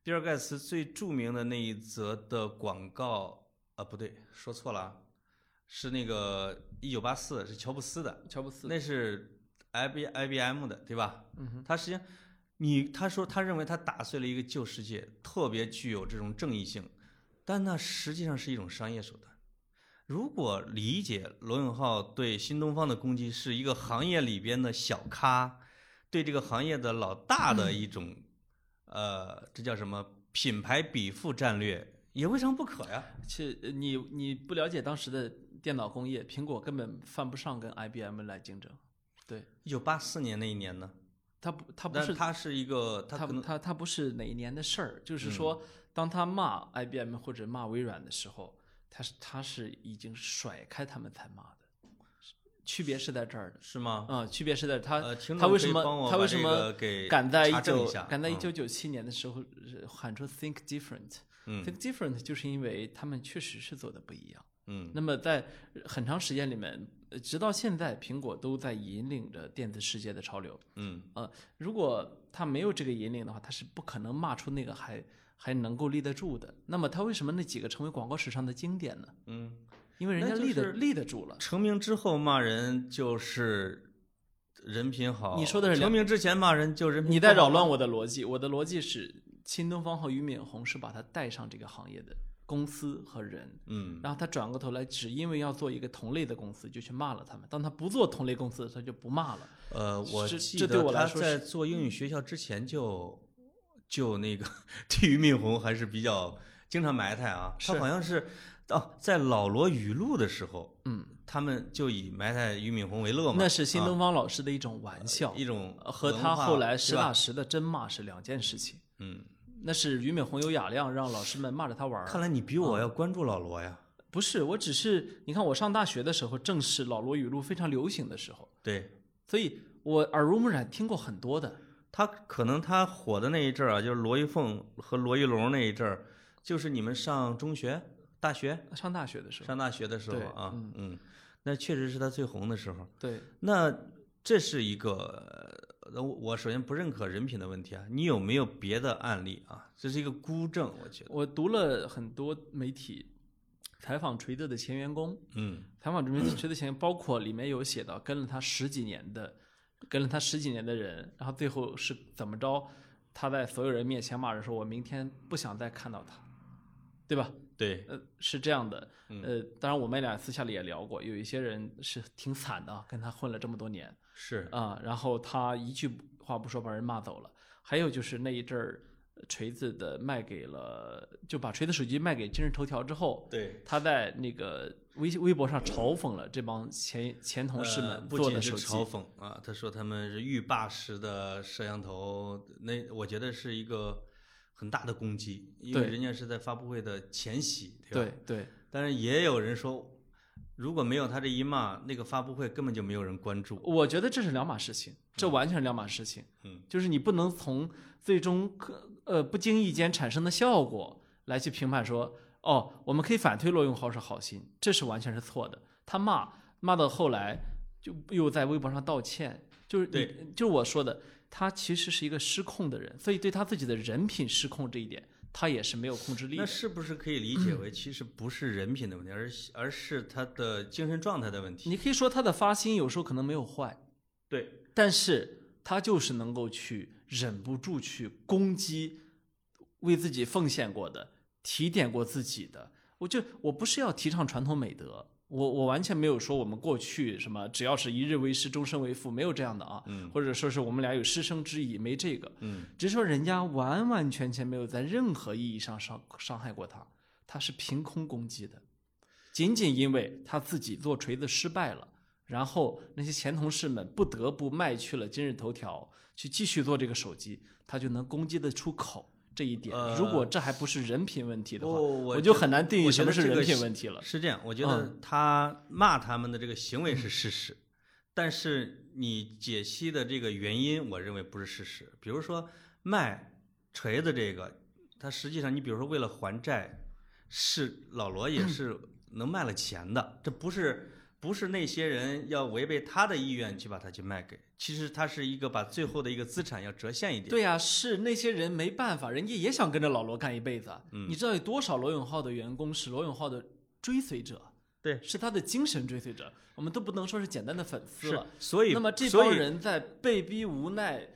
B: 比尔盖茨最著名的那一则的广告啊，不对，说错了啊，是那个一九八四，是乔布斯的，
A: 乔布斯，
B: 那是 I B I B M 的，对吧？
A: 嗯哼，
B: 他实际上，你他说他认为他打碎了一个旧世界，特别具有这种正义性，但那实际上是一种商业手段。如果理解罗永浩对新东方的攻击是一个行业里边的小咖对这个行业的老大的一种，呃，这叫什么品牌比附战略，也未尝不可呀。
A: 其实呃你你不了解当时的电脑工业，苹果根本犯不上跟 IBM 来竞争。对，
B: 一九八四年那一年呢，
A: 他不，他不
B: 但
A: 是
B: 他是一个他
A: 他
B: 可能嗯
A: 他他不是哪一年的事儿，就是说，当他骂 IBM 或者骂微软的时候，他是他是已经甩开他们才骂的，区别是在这儿的
B: 是吗？
A: 啊、区别是在他、
B: 呃，听
A: 他
B: 众
A: 为
B: 可
A: 什
B: 以
A: 么
B: 帮我
A: 他
B: 把
A: 为什
B: 这
A: 么
B: 个给
A: 赶在
B: 查
A: 一
B: 证
A: 九
B: 下
A: 赶在一
B: 嗯
A: 九九七年的时候呃喊出 Think Different，Think、
B: 嗯
A: Different 就是因为他们确实是做的不一样。
B: 嗯
A: 那么在很长时间里面，呃直到现在，苹果都在引领着电子世界的潮流。
B: 嗯
A: 呃，如果他没有这个引领的话，他是不可能骂出那个还还能够立得住的。那么他为什么那几个成为广告史上的经典呢？
B: 嗯。
A: 因为人家
B: 那就
A: 立得、
B: 是
A: 立得住了。
B: 成名之后骂人就是人品好，
A: 你说的是两
B: 成名之前骂人就人品。
A: 你在扰乱。我的逻辑，我的逻辑是新东方和俞敏洪是把他带上这个行业的公司和人，
B: 嗯，
A: 然后他转过头来只因为要做一个同类的公司就去骂了他们。当他不做同类公司的时候，他就不骂了。
B: 呃，我
A: 这
B: 记
A: 这对
B: 得
A: 我来
B: 他
A: 说
B: 在
A: 是
B: 做英语学校之前就就那个 对俞敏洪还是比较经常埋汰啊。他
A: 是
B: 好像是哦，在老罗语录的时候，
A: 嗯，
B: 他们就以埋汰俞敏洪为乐嘛。
A: 那是新
B: 啊
A: 东方老师的一种玩笑，
B: 一种
A: 呃和
B: 文
A: 他
B: 化
A: 后来
B: 对
A: 实
B: 吧
A: 打实的真骂是两件事情。
B: 嗯，
A: 那是俞敏洪有雅量，让老师们骂着他玩
B: 看
A: 儿。啊
B: 来你比我要关注老罗呀。
A: 不是，我只是你看，我上大学的时候正是老罗语录非常流行的时候，
B: 对，
A: 所以我耳濡目染听过很多的。
B: 他可能他火的那一阵儿啊，就是罗一凤和罗一龙那一阵儿，就是你们上中学、大学、
A: 上大学的时候，
B: 上大学的时候
A: 对
B: 啊，
A: 嗯
B: 嗯，那确实是他最红的时候。
A: 对，
B: 那这是一个，呃我我首先不认可人品的问题啊。你有没有别的案例啊？这是一个孤证，我觉得。
A: 我读了很多媒体采访锤子的前员工，
B: 嗯
A: 采访锤子锤子前包括里面有写到跟了他十几年的，跟了他十几年的人，然后最后是怎么着？他在所有人面前骂人说：“我明天不想再看到他，对吧？”，
B: 对，
A: 呃，是这样的，
B: 嗯
A: 呃，当然我们俩私下里也聊过，有一些人是挺惨的啊，跟他混了这么多年
B: 是，
A: 啊、然后他一句话不说把人骂走了。还有就是那一阵儿，锤子的卖给了，就把锤子手机卖给今日头条之后，
B: 对。
A: 他在那个微微博上嘲讽了这帮前前同事
B: 呃
A: 们
B: 不
A: 做
B: 仅
A: 的
B: 是
A: 手
B: 嘲
A: 机，
B: 讽啊，他说他们是浴霸式的摄像头，那我觉得是一个很大的攻击，因为
A: 对
B: 人家是在发布会的前夕，对吧？
A: 对对
B: 但是也有人说，如果没有他这一骂，那个发布会根本就没有人关注。
A: 我觉得这是两码事情，这完全是两码事情。
B: 嗯，
A: 就是你不能从最终可呃不经意间产生的效果来去评判说，哦，我们可以反推罗永浩是好心，这是完全是错的。他骂骂到后来就又在微博上道歉，就是你
B: 对，
A: 就是我说的，他其实是一个失控的人，所以对他自己的人品失控这一点，他也是没有控制力
B: 那
A: 的。
B: 是不是可以理解为，其实不是人品的问题，而是而是他的精神状态的问题？
A: 你可以说他的发心有时候可能没有坏，
B: 对，
A: 但是他就是能够去忍不住去攻击为自己奉献过的、提点过自己的。我就我不是要提倡传统美德，我我完全没有说我们过去什么只要是一日为师，终身为父，没有这样的啊，
B: 嗯
A: 或者说是我们俩有师生之谊，没这个，
B: 嗯，
A: 只是说人家完完全全没有在任何意义上伤伤害过他，他是凭空攻击的，仅仅因为他自己做锤子失败了，然后那些前同事们不得不卖去了今日头条，去继续做这个手机，他就能攻击得出口这一点。
B: 呃
A: 如果这还不是人品问题的话，
B: 不哦我
A: 我
B: 觉
A: 就
B: 得
A: 很难定义
B: 我觉
A: 什
B: 得
A: 么是
B: 这个
A: 人品
B: 是
A: 问题了。嗯
B: 是这样，我觉得他骂他们的这个行为是事实，但是你解析的这个原因，我认为不是事实。比如说卖锤子这个，他实际上你比如说为了还债，是老罗也是能卖了钱的，这不是。不是那些人要违背他的意愿去把它去卖给，其实他是一个把最后的一个资产要折现一点。
A: 对呀、是那些人没办法，人家也想跟着老罗干一辈子啊。
B: 嗯
A: 你知道有多少罗永浩的员工是罗永浩的追随者？啊
B: 对
A: 是他的精神追随者，我们都不能说是简单的粉丝
B: 是
A: 了。，
B: 所以
A: 那么这
B: 所
A: 帮
B: 以
A: 人在被逼无奈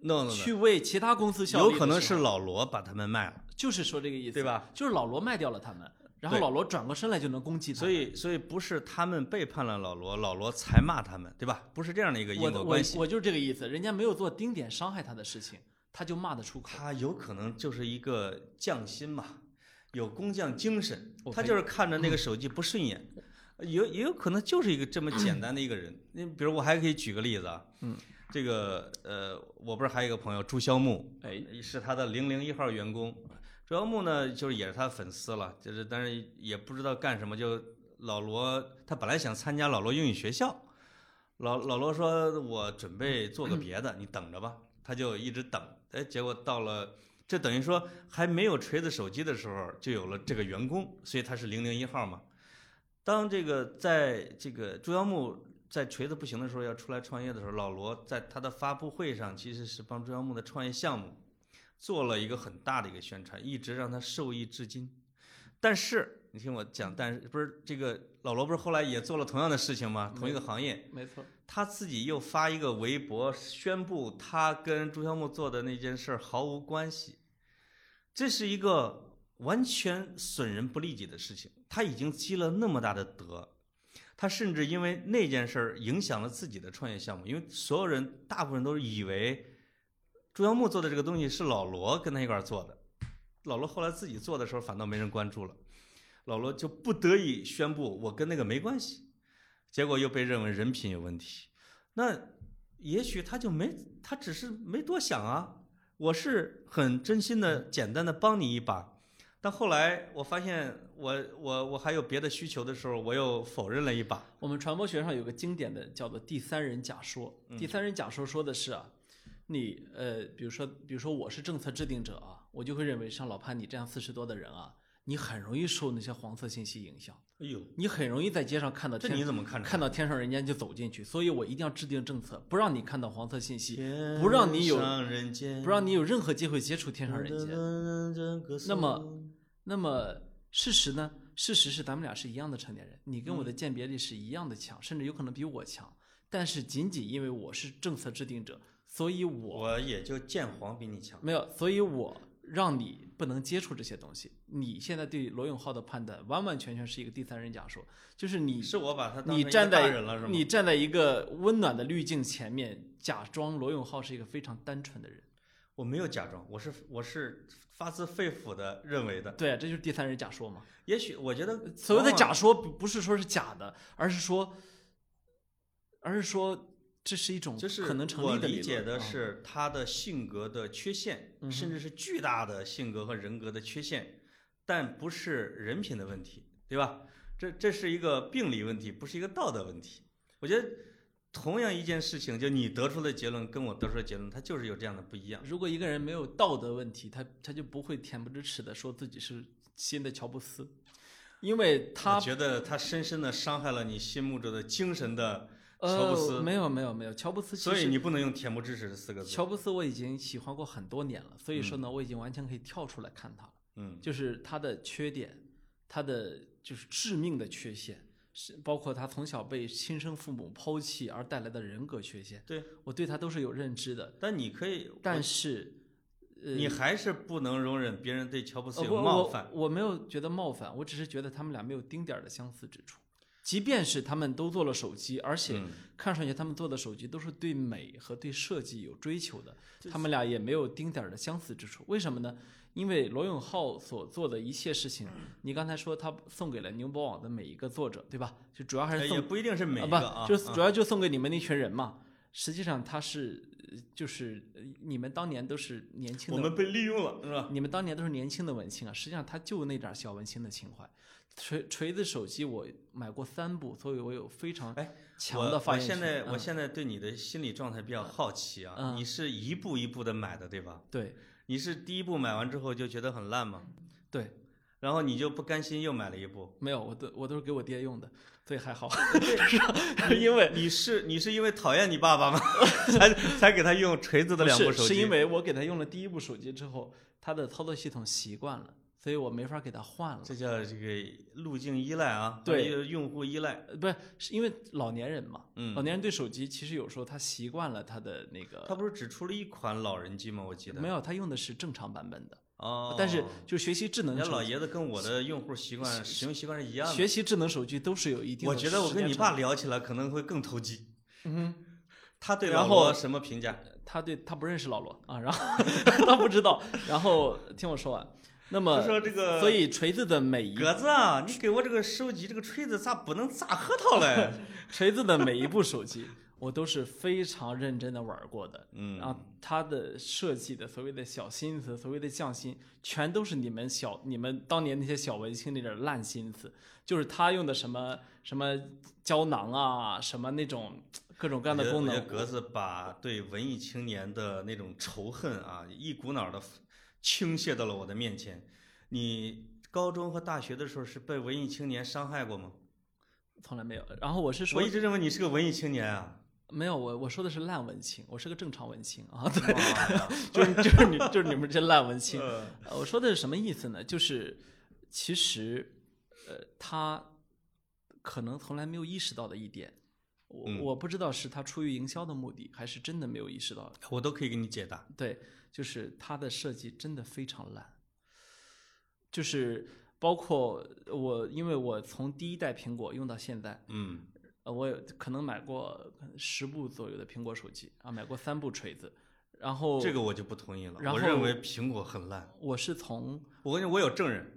B: no no no，
A: 去为其他公司效力
B: 有
A: 的
B: 可能
A: 时
B: 是
A: 候，
B: 老罗把他们卖了。
A: 就是说这个意思，
B: 对吧？
A: 就是老罗卖掉了他们，然后
B: 对
A: 老罗转过身来就能攻击他
B: 所
A: 们。
B: 以，所以不是他们背叛了老罗，老罗才骂他们，对吧？不是这样的一个因
A: 我
B: 果
A: 我
B: 关系。
A: 我就是这个意思，人家没有做丁点伤害他的事情，他就骂得出口。
B: 他有可能就是一个匠心嘛，有工匠精神，
A: 我
B: 他
A: 可以
B: 就是 看着那个手机不顺眼，有也有可能就是一个这么简单的一个人。你比如我还可以举个例子啊，
A: 嗯，
B: 这个呃，我不是还有一个朋友朱萧木，呃
A: 哎，
B: 是他的零零一号员工。朱耀木呢，就是也是他的粉丝了，就是但是也不知道干什么，就老罗他本来想参加老罗英语学校，老老罗说我准备做个别的，你等着吧，他就一直等，哎，结果到了。这等于说还没有锤子手机的时候，就有了这个员工，所以他是零零一号嘛。当这个在这个朱耀木在锤子不行的时候要出来创业的时候，老罗在他的发布会上其实是帮朱耀木的创业项目做了一个很大的一个宣传，一直让他受益至今。但是你听我讲，但是不是这个老罗不是后来也做了同样的事情吗？同一个行业，
A: 没错，
B: 他自己又发一个微博宣布他跟朱孝木做的那件事儿毫无关系，这是一个完全损人不利己的事情。他已经积了那么大的德，他甚至因为那件事儿影响了自己的创业项目，因为所有人大部分都以为朱孝木做的这个东西是老罗跟他一块儿做的，老罗后来自己做的时候反倒没人关注了，老罗就不得已宣布我跟那个没关系。结果又被认为人品有问题。那也许他就没，他只是没多想啊。我是很真心的、简单的帮你一把，但后来我发现我我我还有别的需求的时候，我又否认了一把。嗯
A: 我们传播学上有个经典的叫做第三人假说。第三人假说说的是啊，你呃，比如说，比如说我是政策制定者啊，我就会认为像老潘你这样四十多的人啊，你很容易受那些黄色信息影响，
B: 哎呦，
A: 你很容易在街上看到
B: 这
A: 天
B: 你怎么看出来？
A: 看到天上人间就走进去，所以我一定要制定政策，不让你看到黄色信息，
B: 天
A: 不让你有
B: 上人间，
A: 不让你有任何机会接触天上人间。
B: 间
A: 那么那么事实呢？事实是咱们俩是一样的成年人，你跟
B: 嗯
A: 我的鉴别力是一样的强，甚至有可能比我强。但是仅仅因为我是政策制定者，所以我
B: 我也就见黄比你强。
A: 没有，所以我让你不能接触这些东西。你现在对罗永浩的判断完完全全是一个第三人假说，就是你
B: 是我把他当成
A: 你
B: 一个
A: 站
B: 大
A: 在
B: 人了是吗？
A: 你站在一个温暖的滤镜前面，假装罗永浩是一个非常单纯的人。
B: 我没有假装，我是我是发自肺腑的认为的。
A: 对啊，这就是第三人假说嘛。
B: 也许我觉得
A: 呃所谓的
B: 往往
A: 假说，不不是说是假的，而是说，而是说这是一种
B: 就是
A: 可能成
B: 我
A: 立的
B: 理
A: 理
B: 解
A: 论
B: 的
A: 啊
B: 是他的性格的缺陷，
A: 嗯哼
B: 甚至是巨大的性格和人格的缺陷，但不是人品的问题，对吧？这这是一个病理问题，不是一个道德问题。我觉得同样一件事情，就你得出的结论跟我得出的结论，它就是有这样的不一样。
A: 如果一个人没有道德问题，他他就不会恬不知耻的说自己是新的乔布斯，因为
B: 我
A: 他
B: 觉得他深深的伤害了你心目中的精神的乔布斯，
A: 呃没有没有没有乔布斯其
B: 所以
A: 实。
B: 你不能用恬不知耻这四个字。
A: 乔布斯我已经喜欢过很多年了，所以说呢，我已经完全可以跳出来看他了。
B: 嗯，
A: 就是他的缺点，他的就是致命的缺陷，是包括他从小被亲生父母抛弃而带来的人格缺陷，
B: 对。
A: 我对他都是有认知的。
B: 但你可以，
A: 但是，呃，
B: 你还是不能容忍别人对乔布斯
A: 呃
B: 有
A: 我
B: 冒犯。
A: 我，我没有觉得冒犯，我只是觉得他们俩没有丁点儿的相似之处。即便是他们都做了手机，而且
B: 嗯
A: 看上去他们做的手机都是对美和对设计有追求的，他们俩也没有丁点儿的相似之处。为什么呢？因为罗永浩所做的一切事情，你刚才说他送给了牛博网的每一个作者，对吧？就主要还
B: 哎
A: 是
B: 也
A: 送
B: 不一定是每
A: 啊
B: 一个啊，
A: 不，就是
B: 啊
A: 主要就送给你们那群人嘛。实际上他是呃就是呃你们当年都是年轻
B: 我
A: 的呃
B: 们被利用了，是吧？
A: 你们当年都是年轻的文青啊，实际上他就那点儿小文青的情怀。锤锤子手机我买过三部，所以我有非常
B: 哎
A: 强
B: 我
A: 的发
B: 我
A: 言权。
B: 现在我
A: 嗯
B: 现在对你的心理状态比较好奇啊，
A: 嗯
B: 你是一步一步的买的对吧？
A: 对
B: 你是第一步买完之后就觉得很烂吗？
A: 对，
B: 然后你就不甘心又买了 一部，
A: 没有，我都我都是给我爹用的，所以还好。
B: 因为你 是你是因为讨厌你爸爸吗？ 才才给他用锤子
A: 不
B: 的两部
A: 是
B: 手机？
A: 是因为我给他用了第一部手机之后，他的操作系统习惯了，所以我没法给他换了。
B: 这叫这个路径依赖啊，
A: 对
B: 还有用户依赖，
A: 呃不是，是因为老年人嘛，
B: 嗯
A: 老年人对手机其实有时候他习惯了他的那
B: 他
A: 个，
B: 不是只出了一款老人机吗？我记得
A: 没有，他用的是正常版本的，
B: 哦，
A: 但是就学习智能
B: 人家
A: 手
B: 老
A: 机
B: 爷子跟我的用户习惯、使用习惯是一样的。
A: 学习智能手机都是有一定的。
B: 我觉得我跟你爸，聊起来可能会更投机。
A: 嗯
B: 他对
A: 然
B: 老
A: 后
B: 罗什么评价？
A: 哼，他对他不认识老罗啊，然后 他不知道，然后听我说完。那么
B: 就说这个
A: 所以锤子的每一
B: 格子啊，你给我这个收集这个锤子咋不能砸核桃 嘞？
A: 锤子的每一部手机， 我都是非常认真的玩过的。
B: 嗯
A: 然后它的设计的所谓的小心思，所谓的匠心，全都是你们小你们当年那些小文青那点烂心思，就是他用的什么什么胶囊啊，什么那种各种各样的功
B: 我觉得
A: 能，
B: 格子把对文艺青年的那种仇恨啊，一股脑的倾泻到了我的面前。你高中和大学的时候是被文艺青年伤害过吗？
A: 从来没有。然后我是说
B: 我一直认为你是个文艺青年啊。
A: 没有，我我说的是烂文青，我是个正常文青啊，对， 就是就是你就是你们这些烂文青。
B: 呃
A: 呃，我说的是什么意思呢？就是其实，呃，他可能从来没有意识到的一点，我、
B: 嗯
A: 我不知道是他出于营销的目的，还是真的没有意识到。
B: 我都可以给你解答。
A: 对，就是他的设计真的非常烂，就是包括我，因为我从第一代苹果用到现在，
B: 嗯，
A: 呃，我有可能买过十部左右的苹果手机啊，买过三部锤子，然后
B: 这个我就不同意了。
A: 然
B: 我
A: 后
B: 认为苹果很烂。
A: 我是从
B: 我跟你，我有证人。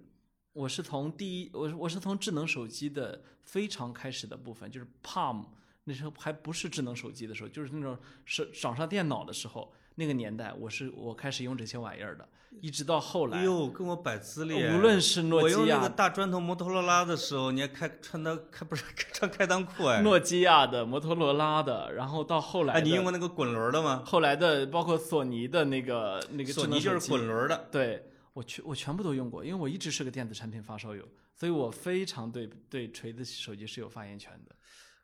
A: 我是从第一，我是我是从智能手机的非常开始的部分，就是 Palm 那时候还不是智能手机的时候，就是那种是掌上电脑的时候，那个年代，我是我开始用这些玩意儿的，一直到后来呃
B: 哎，呦，跟我摆资历，
A: 无论是诺
B: 我用
A: 基
B: 那个
A: 亚、
B: 大砖头摩托罗拉的时候，你还开穿的开不是穿开裆裤哎？
A: 诺基亚的、摩托罗拉的，然后到后来
B: 哎，
A: 的，
B: 你用过那个滚轮的吗？
A: 后来的包括索尼的那个那个
B: 索
A: 智能
B: 尼就
A: 手
B: 是
A: 机
B: 滚轮的，
A: 对我全我全部都用过，因为我一直是个电子产品发烧友，所以我非常对对锤子手机是有发言权的。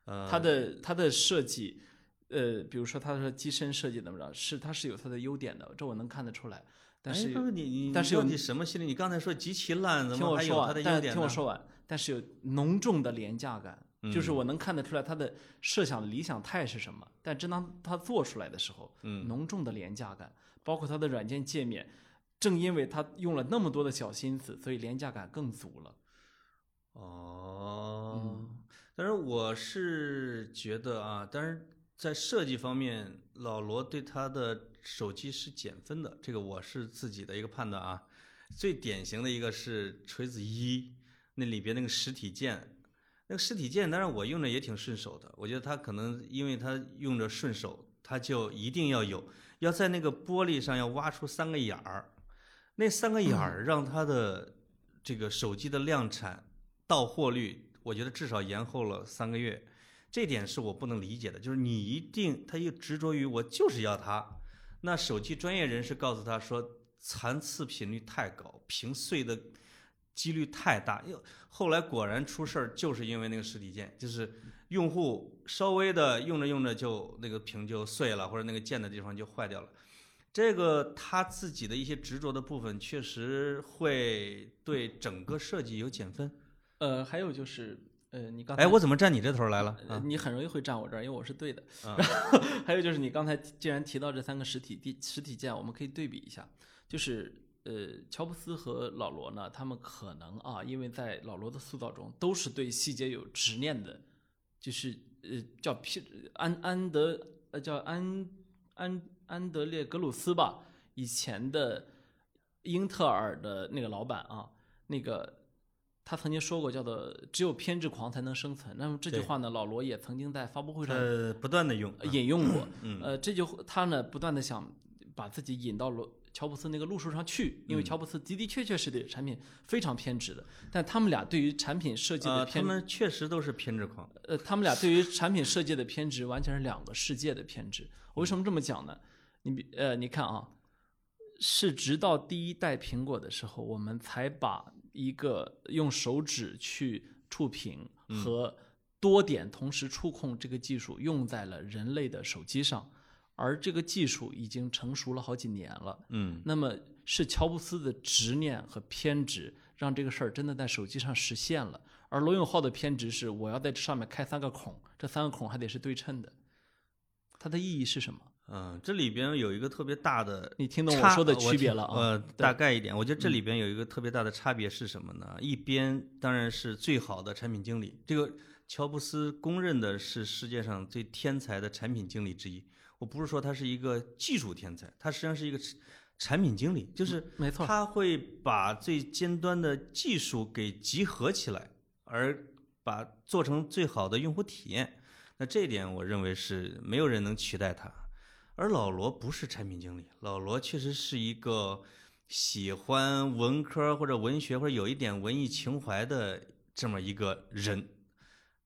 B: 呃，
A: 它的它的设计，呃，比如说它的机身设计怎么着，是它是有它的优点的，这我能看得出来。但
B: 哎
A: 是
B: 不是你你
A: 但
B: 你
A: 是
B: 到
A: 有
B: 底什么心理？你刚才说极其烂，怎
A: 听
B: 么
A: 我
B: 还
A: 说
B: 有它的
A: 完，
B: 优
A: 但
B: 点
A: 听我
B: 呢？
A: 说完，但是有浓重的廉价感，就是
B: 嗯
A: 我能看得出来它的设想理想态是什么，但真当它做出来的时候，
B: 嗯，
A: 浓重的廉价感，包括它的软件界面，正因为它用了那么多的小心思，所以廉价感更足了。
B: 哦，但是我是觉得啊，但是在设计方面，老罗对他的手机是减分的，这个我是自己的一个判断啊。最典型的一个是锤子一，那里边那个实体键，那个实体键，当然我用着也挺顺手的。我觉得它可能因为它用着顺手，它就一定要有，要在那个玻璃上要挖出三个眼儿，那三个眼儿让它的这个手机的量产到货率，我觉得至少延后了三个月，这点是我不能理解的。就是你一定，他又执着于我就是要它，那手机专业人士告诉他说，残次频率太高，屏碎的几率太大。又后来果然出事儿，就是因为那个实体键，就是用户稍微的用着用着就那个屏就碎了，或者那个键的地方就坏掉了。这个他自己的一些执着的部分，确实会对整个设计有减分。
A: 呃，还有就是，呃，你刚才
B: 哎，我怎么站你这头来了？
A: 呃
B: 啊，
A: 你很容易会站我这儿，因为我是对的。
B: 啊
A: 然后 还有就是，你刚才既然提到这三个实体地实体键，我们可以对比一下，就是呃，乔布斯和老罗呢，他们可能啊，因为在老罗的塑造中，都是对细节有执念的，就是呃，叫皮安安德呃叫安安安德烈格鲁斯吧，以前的英特尔的那个老板啊，那个他曾经说过，叫做“只有偏执狂才能生存”。那么这句
B: 对
A: 话呢，老罗也曾经在发布会上
B: 呃，不断的用，啊
A: 引用过。
B: 嗯
A: 呃，这就他呢不断的想把自己引到罗乔布斯那个路数上去，
B: 嗯
A: 因为乔布斯的的确确是对产品非常偏执的。但他们俩对于产品设计的
B: 呃，他
A: 偏，
B: 们确实都是偏执狂。
A: 呃，他们俩对于产品设计的偏执完全是两个世界的偏执。我为什么这么讲呢？你比呃，你看啊，是直到第一代苹果的时候，我们才把一个用手指去触屏和多点同时触控这个技术用在了人类的手机上，而这个技术已经成熟了好几年了。
B: 嗯，
A: 那么是乔布斯的执念和偏执，让这个事儿真的在手机上实现了。而罗永浩的偏执是，我要在这上面开三个孔，这三个孔还得是对称的。它的意义是什么？
B: 嗯、这里边有一个特别大的
A: 你听懂我
B: 差
A: 说的区别了
B: 我
A: 啊？嗯
B: 呃，大概一点，我觉得这里边有一个特别大的差别是什么呢？一边当然是最好的产品经理，这个乔布斯公认的是世界上最天才的产品经理之一。我不是说他是一个技术天才，他实际上是一个产品经理，就是
A: 嗯没错，
B: 他会把最尖端的技术给集合起来，而把做成最好的用户体验。那这一点，我认为是没有人能取代他。而老罗不是产品经理，老罗确实是一个喜欢文科或者文学或者有一点文艺情怀的这么一个人，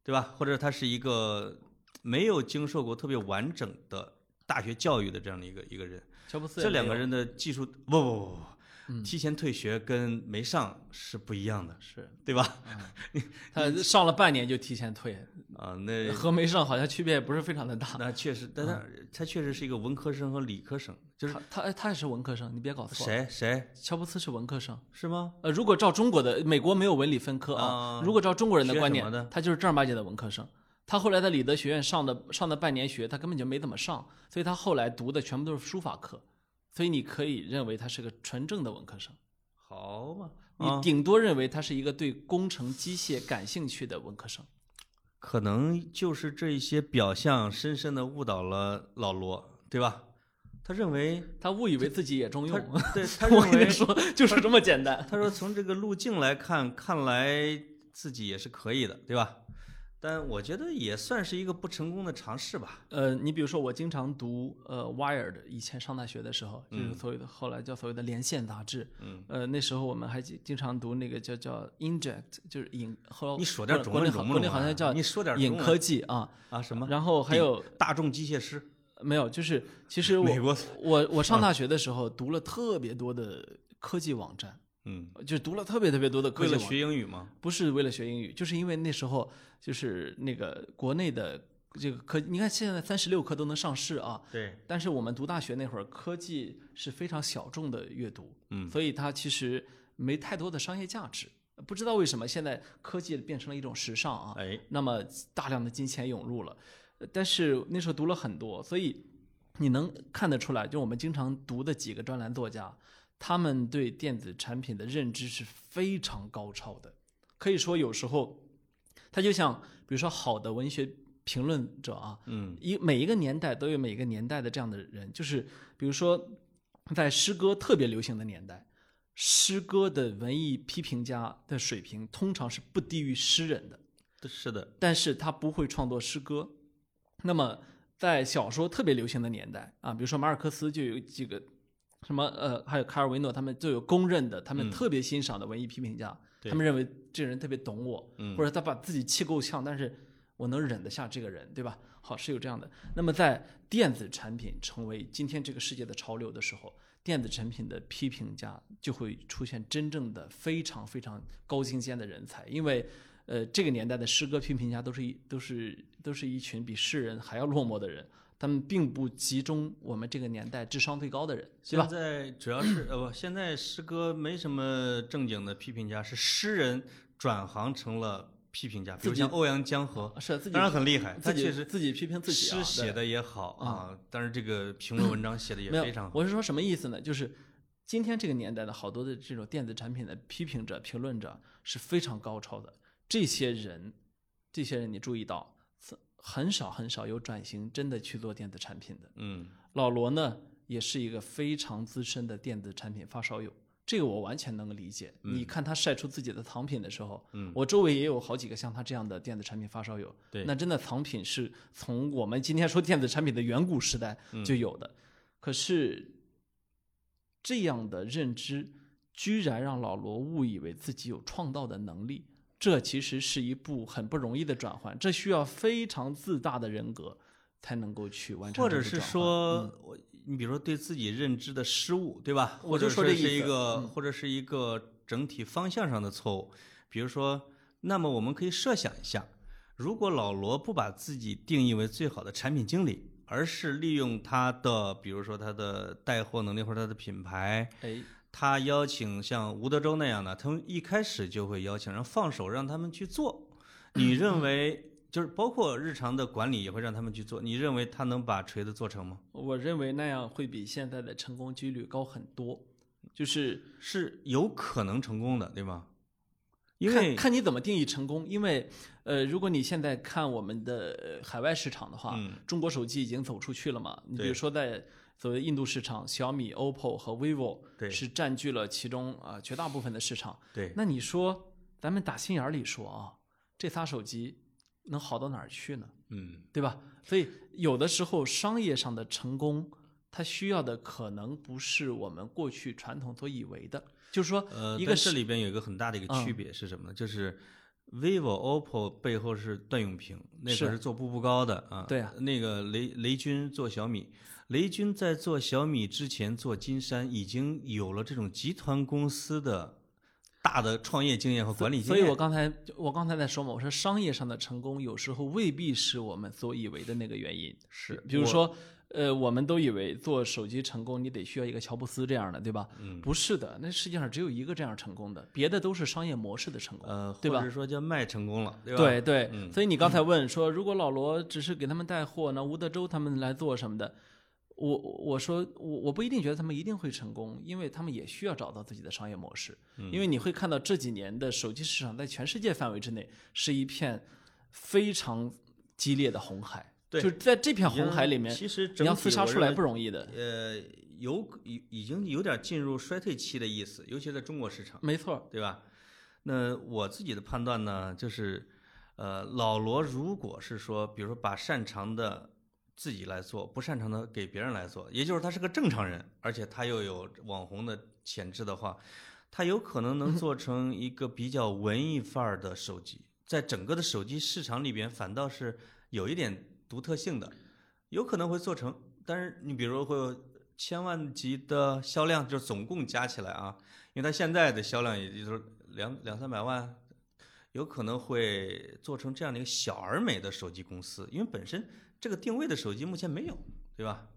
B: 对吧？或者他是一个没有经受过特别完整的大学教育的这样的一个一个人。
A: 乔布斯也
B: 这两
A: 没
B: 个
A: 有
B: 人的技术不不不不
A: 嗯
B: 不，提前退学跟没上是不一样的，
A: 是
B: 对吧？
A: 他上了半年就提前退，
B: 啊， 那
A: 和没上好像区别也不是非常的大。
B: 那确实，
A: 嗯
B: 但他他确实是一个文科生和理科生，就是
A: 他他哎他也是文科生，你别搞错了。
B: 谁谁
A: 乔布斯是文科生，
B: 是吗？
A: 呃，如果照中国的，美国没有文理分科啊。
B: 啊
A: 如果照中国人的
B: 学
A: 观
B: 什
A: 点
B: 么的，
A: 他就是正儿八经的文科生。他后来在理德学院上的上的半年学，他根本就没怎么上，所以他后来读的全部都是书法课。所以你可以认为他是个纯正的文科生，
B: 好嘛，
A: 你
B: 啊，
A: 顶多认为他是一个对工程机械感兴趣的文科生。
B: 可能就是这一些表象深深的误导了老罗，对吧？他认为
A: 他误以为自己也中
B: 他
A: 用，
B: 对他认
A: 我跟
B: 为
A: 你说，就是这么简单。
B: 他说从这个路径来看，看来自己也是可以的，对吧？但我觉得也算是一个不成功的尝试吧。
A: 呃，你比如说，我经常读呃《Wired》，以前上大学的时候，就是
B: 嗯
A: 所谓的、后来叫所谓的连线杂志。
B: 嗯，
A: 呃，那时候我们还经经常读那个叫叫 Inject，就是引后
B: 你说点中
A: 国
B: 文
A: 内好
B: 中不
A: 国
B: 中
A: 内
B: 啊？
A: 好像叫
B: 你说点中
A: 引
B: 文
A: 科技啊，
B: 啊什么？
A: 然后还有
B: 大众机械师，
A: 没有？就是其实
B: 美
A: 我
B: 国，嗯
A: 我我上大学的时候读了特别多的科技网站，
B: 嗯，
A: 就是读了特别特别多的科
B: 为
A: 技网
B: 了
A: 站
B: 学英语吗？
A: 不是为了学英语，就是因为那时候就是那个国内的这个科，你看现在三十六课都能上市啊，
B: 对，
A: 但是我们读大学那会儿，科技是非常小众的阅读，
B: 嗯
A: 所以它其实没太多的商业价值。不知道为什么现在科技变成了一种时尚啊，
B: 哎，
A: 那么大量的金钱涌入了，呃但是那时候读了很多，所以你能看得出来，就我们经常读的几个专栏作家，他们对电子产品的认知是非常高超的，可以说有时候，他就像比如说好的文学评论者啊，
B: 嗯
A: 一每一个年代都有每一个年代的这样的人，就是比如说，在诗歌特别流行的年代，诗歌的文艺批评家的水平通常是不低于诗人的，
B: 是的，
A: 但是他不会创作诗歌。那么在小说特别流行的年代啊，比如说马尔克斯就有几个什么呃，还有卡尔维诺，他们就有公认的，他们特别欣赏的文艺批评家，
B: 嗯对
A: 他们认为这人特别懂我，
B: 嗯
A: 或者他把自己气够呛，但是我能忍得下这个人，对吧？好，是有这样的。那么在电子产品成为今天这个世界的潮流的时候，电子产品的批评家就会出现真正的非常非常高精尖的人才，因为。呃，这个年代的诗歌批评家都是一都是都是一群比世人还要落寞的人，他们并不集中我们这个年代智商最高的人，对吧
B: 现？在主要是呃不，现在诗歌没什么正经的批评家，是诗人转行成了批评家，比如
A: 自己
B: 像欧阳江河，
A: 是自己
B: 当然很厉害，他
A: 自己
B: 确实
A: 自己批评自己、啊，
B: 诗写
A: 对嗯
B: 的也好啊，但是这个评论文章写的也
A: 没有
B: 非常好。
A: 我是说什么意思呢？就是今天这个年代的好多的这种电子产品的批评者、评论者是非常高超的。这些人，这些人你注意到，很少很少有转型真的去做电子产品的。
B: 嗯，
A: 老罗呢，也是一个非常资深的电子产品发烧友，这个我完全能够理解。你看他晒出自己的藏品的时候，
B: 嗯
A: 我周围也有好几个像他这样的电子产品发烧友。
B: 对
A: 那真的藏品是从我们今天说电子产品的远古时代
B: 嗯
A: 就有的，可是这样的认知居然让老罗误以为自己有创造的能力。这其实是一步很不容易的转换，这需要非常自大的人格才能够去完成
B: 或
A: 这
B: 者
A: 个转换。嗯
B: 是说，我你比如说对自己认知的失误，对吧？
A: 我就
B: 或
A: 说
B: 者
A: 这意
B: 是
A: 思嗯
B: 是一个，或者是一个整体方向上的错误。比如说，那么我们可以设想一下，如果老罗不把自己定义为最好的产品经理，而是利用他的，比如说他的带货能力或者他的品牌，
A: 哎，
B: 他邀请像吴德州那样的，他们一开始就会邀请，然后放手让他们去做。你认为就是包括日常的管理也会让他们去做，你认为他能把锤子做成吗？
A: 我认为那样会比现在的成功几率高很多，就是
B: 是有可能成功的，对吗？因
A: 看
B: 为
A: 看你怎么定义成功。因为，呃，如果你现在看我们的呃海外市场的话，
B: 嗯
A: 中国手机已经走出去了嘛。你比
B: 对
A: 如说在所谓印度市场，小米、OPPO 和 vivo
B: 对
A: 是占据了其中啊、绝大部分的市场。
B: 对
A: 那你说，咱们打心眼儿里说啊，这仨手机能好到哪儿去呢？
B: 嗯，
A: 对吧？所以有的时候商业上的成功，它需要的可能不是我们过去传统所以为的，就是说
B: 呃，
A: 一
B: 但
A: 个
B: 这
A: 是嗯
B: 里边有一个很大的一个区别是什么呢？就是 vivo、OPPO 背后是段永平，那个
A: 是
B: 是做步步高的啊，
A: 对啊
B: 那个雷雷军做小米。雷军在做小米之前做金山，已经有了这种集团公司的大的创业经验和管理经
A: 所
B: 验。
A: 以我刚才我刚才在说嘛，我说商业上的成功有时候未必是我们所以为的那个原因。
B: 是
A: 比如
B: 我
A: 说，呃，我们都以为做手机成功，你得需要一个乔布斯这样的，对吧？嗯，不是的，那世界上只有一个这样成功的，别的都是商业模式的成功。
B: 呃，
A: 对吧
B: 或者说叫卖成功了，对吧？嗯
A: 对对，所以你刚才问说，如果老罗只是给他们带货，那吴德州他们来做什么的，我我说我我不一定觉得他们一定会成功，因为他们也需要找到自己的商业模式。
B: 嗯
A: 因为你会看到这几年的手机市场在全世界范围之内是一片非常激烈的红海，
B: 对
A: 就是在这片
B: 已经
A: 红海里面，
B: 其实整
A: 你要厮
B: 体
A: 杀
B: 我
A: 出
B: 认
A: 来
B: 为
A: 不容易的。
B: 呃，有已已经有点进入衰退期的意思，尤其在中国市场，
A: 没错，
B: 对吧？那我自己的判断呢，就是呃，老罗如果是说，比如说把擅长的自己来做，不擅长的给别人来做，也就是他是个正常人，而且他又有网红的潜质的话，他有可能能做成一个比较文艺范儿的手机，在整个的手机市场里边，反倒是有一点独特性的，有可能会做成。但是你比如会有千万级的销量，就是总共加起来啊，因为它现在的销量也就是两两三百万，有可能会做成这样的一个小而美的手机公司，因为本身这个定位的手机目前没有，对吧？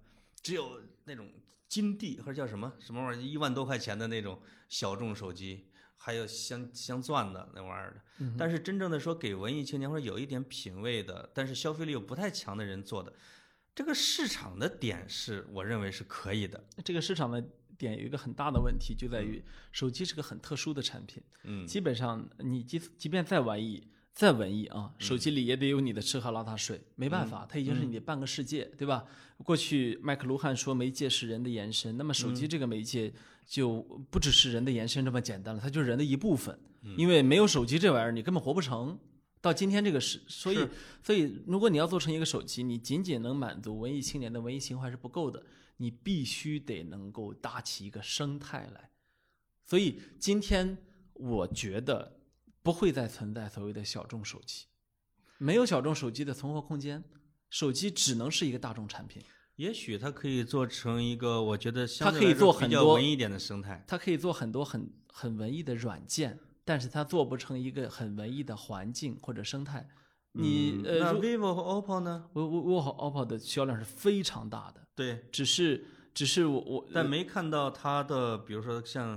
B: 只有那种金地或者叫什么什么玩意儿，一万多块钱的那种小众手机，还有镶镶钻的那玩意儿的。但是真正的说给文艺青年或者有一点品位的，但是消费力又不太强的人做的，这个市场的点是我认为是可以的。
A: 这个市场的点有一个很大的问题，就在于手机是个很特殊的产品，
B: 嗯
A: 基本上你即即便再文艺、再文艺啊，手
B: 嗯
A: 机里也得有你的吃喝拉撒睡，没办法，它已经是你的半个世界，对吧？过去麦克卢汉说媒介是人的延伸，那么手
B: 嗯
A: 机这个媒介就不只是人的延伸这么简单了，它就是人的一部分，因为没有手机这玩意儿，你根本活不成。到今天这个时，所以
B: 是
A: 所以如果你要做成一个手机，你仅仅能满足文艺青年的文艺情怀是不够的，你必须得能够搭起一个生态来。所以今天我觉得不会再存在所谓的小众手机，没有小众手机的存活空间，手机只能是一个大众产品。
B: 也许它可以做成一个，我觉得
A: 它
B: 相对
A: 可以
B: 来说
A: 做
B: 比
A: 很
B: 较
A: 多
B: 文艺一点的生态。
A: 它可以做很多很很文艺的软件，但是它做不成一个很文艺的环境或者生态。你、
B: 嗯
A: 呃，
B: 那
A: 如
B: vivo 和 oppo 呢？
A: 我我我和 OPPO 的销量是非常大的，
B: 对，
A: 只是只是我我
B: 但没看到它的，比如说像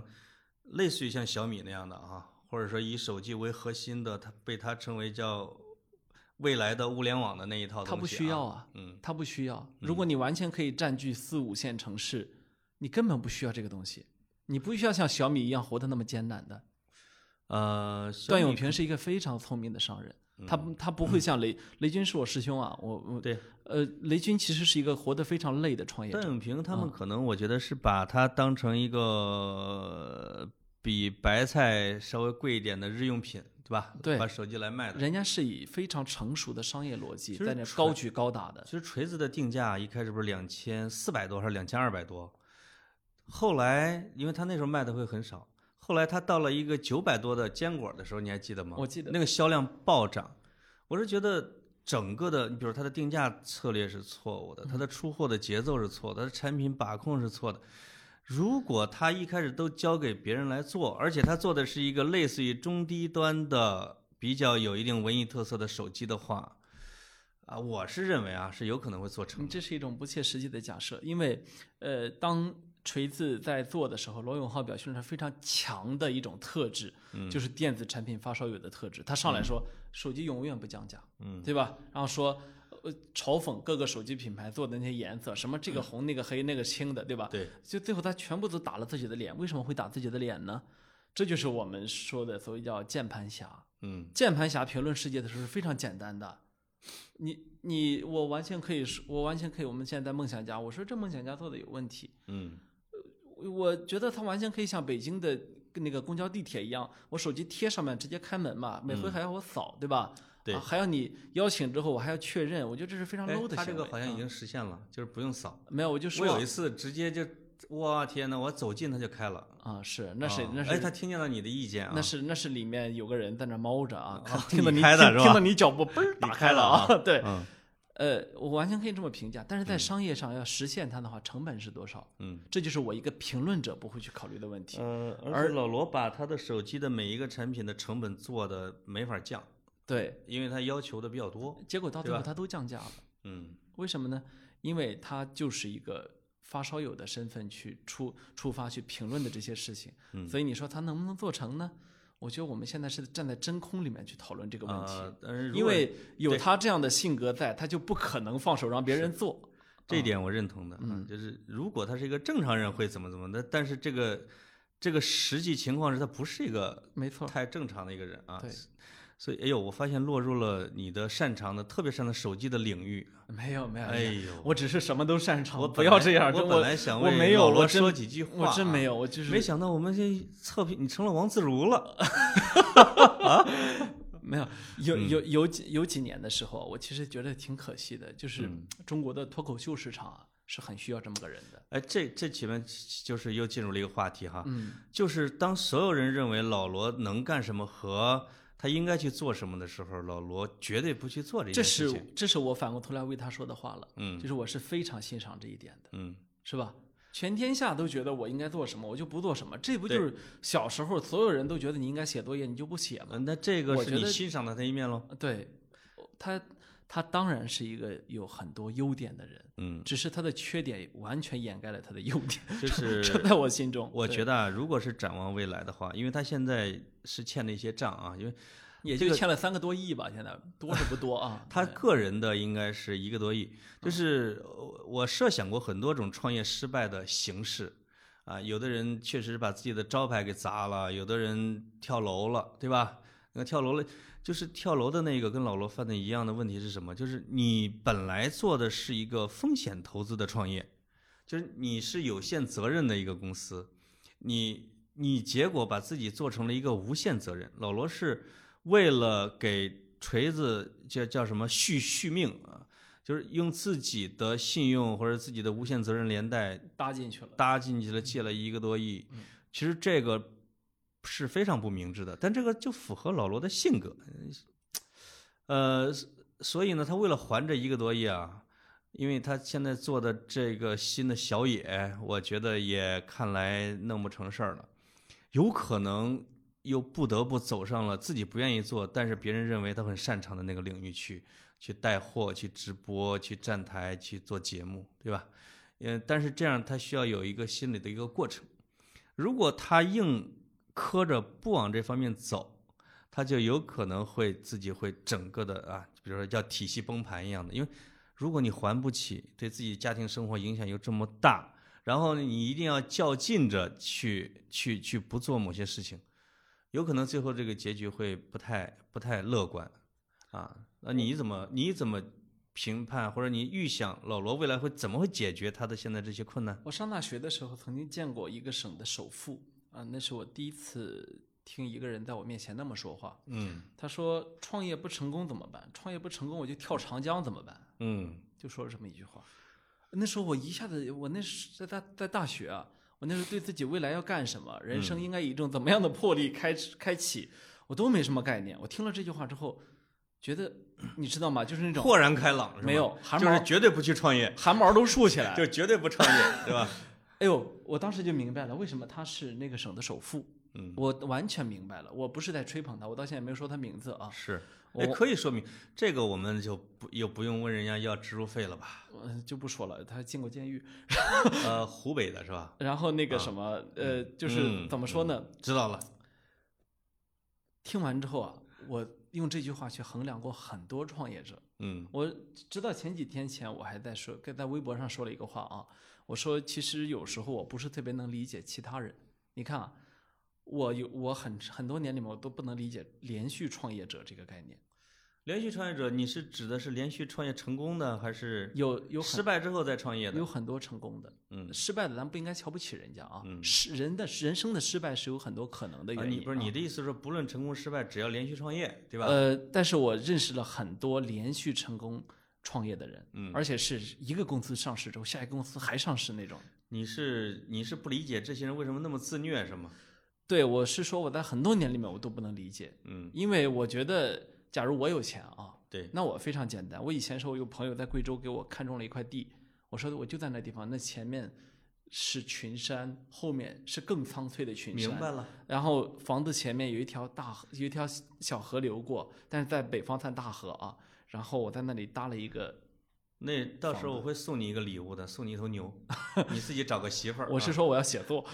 B: 类似于像小米那样的啊，或者说以手机为核心的，它被它称为叫未来的物联网的那一套东西、
A: 它不需要，啊，
B: 嗯，
A: 它不需要。如果你完全可以占据四五线城市，你根本不需要这个东西，你不需要像小米一样活得那么艰难的。
B: 呃，小
A: 段永
B: 米嗯
A: 平是一个非常聪明的商人，他不他不会 像雷雷军是我师兄啊，我我
B: 对
A: 呃雷军其实是一个活得非常累的创业
B: 段
A: 者，
B: 永平他
A: 嗯
B: 们可能我觉得是把它当成一个比白菜稍微贵一点的日用品，对吧？
A: 对
B: 把手机来卖的。
A: 人家是以非常成熟的商业逻辑
B: 其实
A: 在那
B: 纯
A: 高举高打的
B: 其。实锤子的定价一开始不是两千四百多还是两千二百多，后来因为它那时候卖的会很少，后来它到了一个九百多的坚果的时候，你还记得吗？
A: 我记得
B: 那个销量暴涨。我是觉得整个的，你比如它的定价策略是错误的，它的出货的节奏是错的，它的产品把控是错的。如果它一开始都交给别人来做，而且它做的是一个类似于中低端的、比较有一定文艺特色的手机的话，啊，我是认为啊是有可能会做成
A: 你
B: 的。
A: 嗯这是一种不切实际的假设，因为，呃，当锤子在做的时候，罗永浩表现出非常强的一种特质，
B: 嗯
A: 就是电子产品发烧友的特质。他上来说，手机永远不降价，
B: 嗯，
A: 对吧？然后说，呃，嘲讽各个手机品牌做的那些颜色，什么这个红、那个黑、那个青的，对吧？
B: 嗯对，
A: 就最后他全部都打了自己的脸。为什么会打自己的脸呢？这就是我们说的所谓叫键盘侠。
B: 嗯，
A: 键盘侠评论世界的时候是非常简单的。你你我完全可以说，我完全可以。我们现在在梦想家，我说这梦想家做的有问题，
B: 嗯，
A: 我我觉得他完全可以像北京的那个公交、地铁一样，我手机贴上面直接开门嘛，每回还要我扫，对吧？
B: 嗯对
A: 啊还要你邀请之后，我还要确认，我觉得这是非常
B: 哎
A: low 的行为。
B: 它这个好像已
A: 啊
B: 经实现了，就是不用扫。
A: 没有，我就
B: 我
A: 说
B: 有一次直接就，我天呐，我走近它就开了。
A: 啊，是那是
B: 啊
A: 那是
B: 哎，他听见了你的意见啊，
A: 那是那是里面有个人在那猫着啊，看
B: 哦
A: 听到
B: 你
A: 你
B: 开的
A: 听
B: 是吧
A: 听到你脚步嘣儿打开了
B: 你开
A: 啊， 对，
B: 嗯
A: 呃，我完全可以这么评价，但是在商业上要实现它的话，成本是多少？
B: 嗯。
A: 这就是我一个评论者不会去考虑的问题。
B: 呃，而且老罗把他的手机的每一个产品的成本做的没法降，
A: 对，
B: 因为他要求的比较多。
A: 结果到最
B: 对
A: 后
B: 吧
A: 它都降价了，
B: 嗯，
A: 为什么呢？因为它就是一个发烧友的身份去出出发去评论的这些事情，
B: 嗯
A: 所以你说它能不能做成呢？我觉得我们现在是站在真空里面去讨论这
B: 这
A: 个问题，
B: 啊但是如
A: 因
B: 果
A: 为有
B: 对
A: 他这样的性格在，他就不可能放手让别人做。
B: 这一
A: 啊
B: 点我认同的，嗯，就是如果他是一个正常人会怎么怎么的，但是这个这个实际情况是他不是一个
A: 没错，
B: 太正常的一个人啊。
A: 对，
B: 所以哎呦，我发现落入了你的擅长的，特别擅长手机的领域。
A: 没有没有，
B: 哎
A: 没有
B: 呦，
A: 我只是什么都擅长，
B: 我
A: 不
B: 本
A: 要
B: 来
A: 这样。
B: 我
A: 真
B: 本来想
A: 我
B: 为
A: 没有，
B: 老罗
A: 我真
B: 说几句话
A: 我真没
B: 啊
A: 有，我就是
B: 没想到我们这测评你成了王自如了。嗯
A: 没有，有有有几有几年的时候，我其实觉得挺可惜的，就是
B: 嗯
A: 中国的脱口秀市场啊是很需要这么个人的。
B: 哎，这这前面就是又进入了一个话题哈，
A: 嗯，
B: 就是当所有人认为老罗能干什么和他应该去做什么的时候，老罗绝对不去做这
A: 这
B: 件事
A: 是
B: 情。
A: 这是我反过头来为他说的话了，
B: 嗯
A: 就是我是非常欣赏这一点的，
B: 嗯，
A: 是吧？全天下都觉得我应该做什么，我就不做什么，这不
B: 对
A: 就是小时候所有人都觉得你应该写作业，你就不写吗？
B: 呃那这个
A: 我
B: 是
A: 觉
B: 你
A: 得
B: 欣赏的那一面喽。
A: 对，他他当然是一个有很多优点的人，
B: 嗯，
A: 只是他的缺点完全掩盖了他的优点，
B: 就
A: 这
B: 是
A: 在我心中，
B: 我
A: 对
B: 觉得啊，如果是展望未来的话，因为他现在是欠了一些账啊，因为？
A: 也就欠了三个多亿吧，现在多是不多啊
B: 他
A: 对嗯
B: 个人的应该是一个多亿，就是呃我设想过很多种创业失败的形式，啊，有的人确实把自己的招牌给砸了，有的人跳楼了，对吧？那跳楼了，就是跳楼的那个跟老罗犯的一样的问题是什么？就是你本来做的是一个风险投资的创业，就是你是有限责任的一个公司，你你结果把自己做成了一个无限责任。老罗是为了给锤子叫叫什么续续命啊，就是用自己的信用或者自己的无限责任连带
A: 搭进去了，
B: 搭进去了，借了一个多亿。其实这个是非常不明智的，但这个就符合老罗的性格。呃，所以呢，他为了还这一个多亿啊，因为他现在做的这个新的小野，我觉得也看来弄不成事儿了，有可能又不得不走上了自己不愿意做，但是别人认为他很擅长的那个领域去去带货、去直播、去站台、去做节目，对吧？嗯，但是这样他需要有一个心理的一个过程。如果他硬磕着不往这方面走，他就有可能会自己会整个的啊，比如说叫体系崩盘一样的。因为如果你还不起，对自己家庭生活影响又这么大，然后你一定要较劲着去去去不做某些事情，有可能最后这个结局会不太不太乐观啊。那你怎么你怎么评判或者你预想老罗未来会怎么会解决他的现在这些困难？
A: 我上大学的时候曾经见过一个省的首富啊，那是我第一次听一个人在我面前那么说话。
B: 嗯
A: 他说：“创业不成功怎么办？创业不成功我就跳长江怎么办？”
B: 嗯
A: 就说了这么一句话。那时候我一下子，我那时在大在大学啊，我那时候对自己未来要干什么，人
B: 嗯
A: 生应该以一种怎么样的魄力开始开启，我都没什么概念。我听了这句话之后，觉得你知道吗？就是那种
B: 豁然开朗是吧
A: 没有汗
B: 就是哎
A: 毛
B: 绝对不去创业，
A: 汗毛都竖起来。
B: 就绝对不创业， 对吧？
A: 哎呦，我当时就明白了为什么他是那个省的首富。
B: 嗯，
A: 我完全明白了，我不是在吹捧他，我到现在也没有说他名字啊。
B: 是，
A: 我
B: 也哎可以说明这个，我们就不又不用问人家要植入费了 吧？
A: 嗯，就不说了，他进过监狱，
B: 呃，湖北的是吧？
A: 然后那个什么，呃，就是
B: 啊嗯
A: 怎么说呢？
B: 知道了，
A: 听完之后啊，我用这句话去衡量过很多创业者。
B: 嗯
A: 我直到前几天前，我还在说，跟在微博上说了一个话啊，我说其实有时候我不是特别能理解其他人。你看啊，我有我很很多年里面我都不能理解连续创业者这个概念，
B: 连续创业者，你是指的是连续创业成功的，还是
A: 有有
B: 失
A: 很
B: 败之后再创业的
A: 有？很多成功的，
B: 嗯，
A: 失败的咱不应该瞧不起人家啊，
B: 嗯
A: 是人的人生的失败是有很多可能的
B: 啊
A: 原因、
B: 你不是你的意思是，不论成功失败，只要连续创业，对吧？
A: 呃，但是我认识了很多连续成功创业的人，
B: 嗯
A: 而且是一个公司上市之后，下一个公司还上市那种。
B: 你是你是不理解这些人为什么那么自虐，是吗？
A: 对我是说，我在很多年里面我都不能理解，
B: 嗯，
A: 因为我觉得，假如我有钱啊，
B: 对，
A: 那我非常简单。我以前时候有朋友在贵州给我看中了一块地，我说我就在那地方，那前面是群山，后面是更苍翠的群山，
B: 明白了。
A: 然后房子前面有一条大河，有一条小河流过，但是在北方算大河啊。然后我在那里搭了一个，
B: 那到时候我会送你一个礼物的，送你一 头牛，你自己找个媳妇儿。
A: 我是
B: 啊
A: 说我要写 作，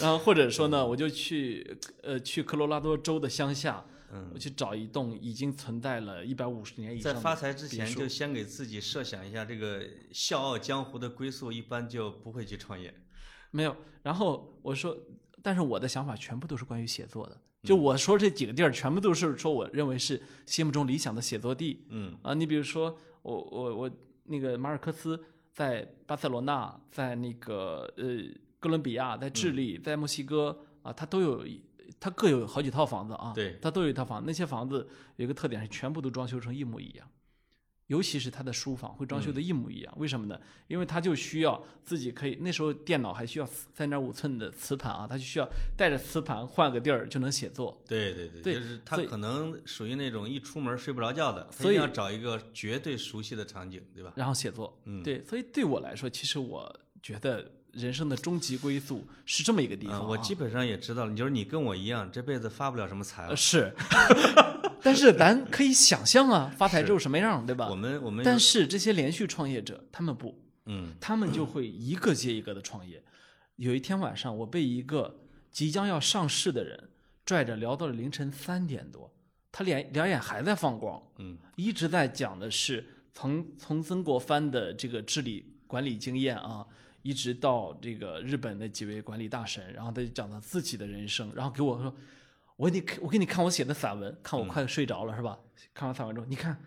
A: 然后或者说呢，我就去呃去科罗拉多州的乡下，
B: 嗯
A: 我去找一栋已经存在了一百五十年以上
B: 在
A: 的
B: 发财之
A: 别
B: 前，
A: 墅
B: 就先给自己设想一下这个笑傲江湖的归宿，一般就不会去创业。
A: 没有。然后我说，但是我的想法全部都是关于写作的，
B: 嗯
A: 就我说这几个地儿全部都是说我认为是心目中理想的写作地，
B: 嗯
A: 啊，你比如说我我我那个马尔克斯在巴塞罗那，在那个呃哥伦比亚，在智利，在墨西哥啊，他都有一他各有好几套房子啊，
B: 对
A: 他都有一套房子。那些房子有一个特点是全部都装修成一模一样，尤其是他的书房会装修的一模一样。为什么呢？因为他就需要自己可以那时候电脑还需要三点五寸的磁盘啊，他就需要带着磁盘换个地儿就能写作。
B: 对对对，
A: 对
B: 就是他
A: 所以
B: 可能属于那种一出门睡不着觉的，他一
A: 所以
B: 定要找一个绝对熟悉的场景，对吧？
A: 然后写作。
B: 嗯
A: 对，所以对我来说，其实我觉得人生的终极归宿是这么一个地
B: 嗯、
A: 方、啊
B: 我基本上也知道了，你就是你跟我一样，这辈子发不了什么财
A: 呃
B: 了。
A: 是， 但是咱可以想象啊，发财之后什么样，对吧
B: 我？们我们
A: 但
B: 有
A: 是这些连续创业者，他们不，
B: 嗯
A: 他们就会一个接一个的创业。有一天晚上，我被一个即将要上市的人拽着聊到了凌晨三点多，他脸两眼还在放光，
B: 嗯
A: 一直在讲的是从从曾国藩的这个治理管理经验啊，一直到这个日本的几位管理大神，然后他就讲他自己的人生，然后给我说，我给你我给你看我写的散文，看我
B: 嗯
A: 快睡着了、是吧？看完散文之后，你看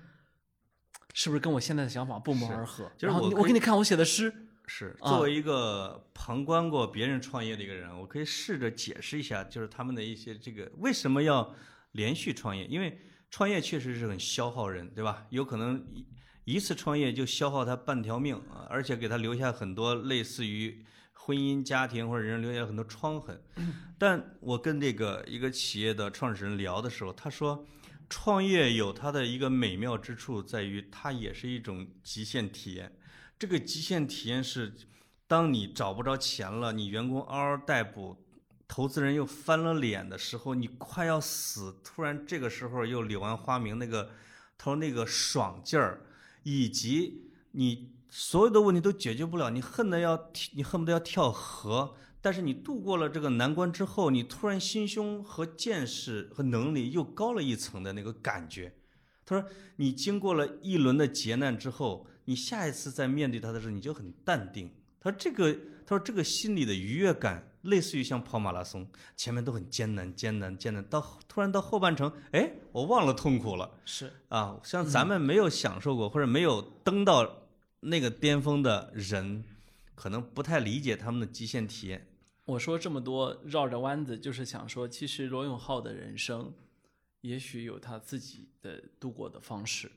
A: 是不是跟我现在的想法不谋而合？
B: 就是
A: 然后
B: 我
A: 你
B: 可以
A: 我给你看我写的诗，
B: 是，
A: 啊
B: 作为一个旁观过别人创业的一个人，我可以试着解释一下，就是他们的一些这个为什么要连续创业，因为创业确实是很消耗人，对吧？有可能一一次创业就消耗他半条命啊，而且给他留下很多类似于婚姻、家庭或者人生留下很多创痕。但我跟这个一个企业的创始人聊的时候，他说。创业有它的一个美妙之处，在于它也是一种极限体验。这个极限体验是，当你找不着钱了，你员工嗷嗷待哺，投资人又翻了脸的时候，你快要死，突然这个时候又柳暗花明，那个他说那个爽劲儿，以及你所有的问题都解决不了，你恨得要跳你恨不得要跳河。但是你度过了这个难关之后，你突然心胸和见识和能力又高了一层的那个感觉。他说，你经过了一轮的劫难之后，你下一次再面对它的时候，你就很淡定。他说这个，他说这个心理的愉悦感，类似于像跑马拉松，前面都很艰难、艰难、艰难，到突然到后半程，哎，我忘了痛苦了。
A: 是
B: 啊，像咱们没有享受过、或者没有登到那个巅峰的人，可能不太理解他们的极限体验。
A: 我说这么多绕着弯子，就是想说，其实罗永浩的人生，也许有他自己的度过的方式。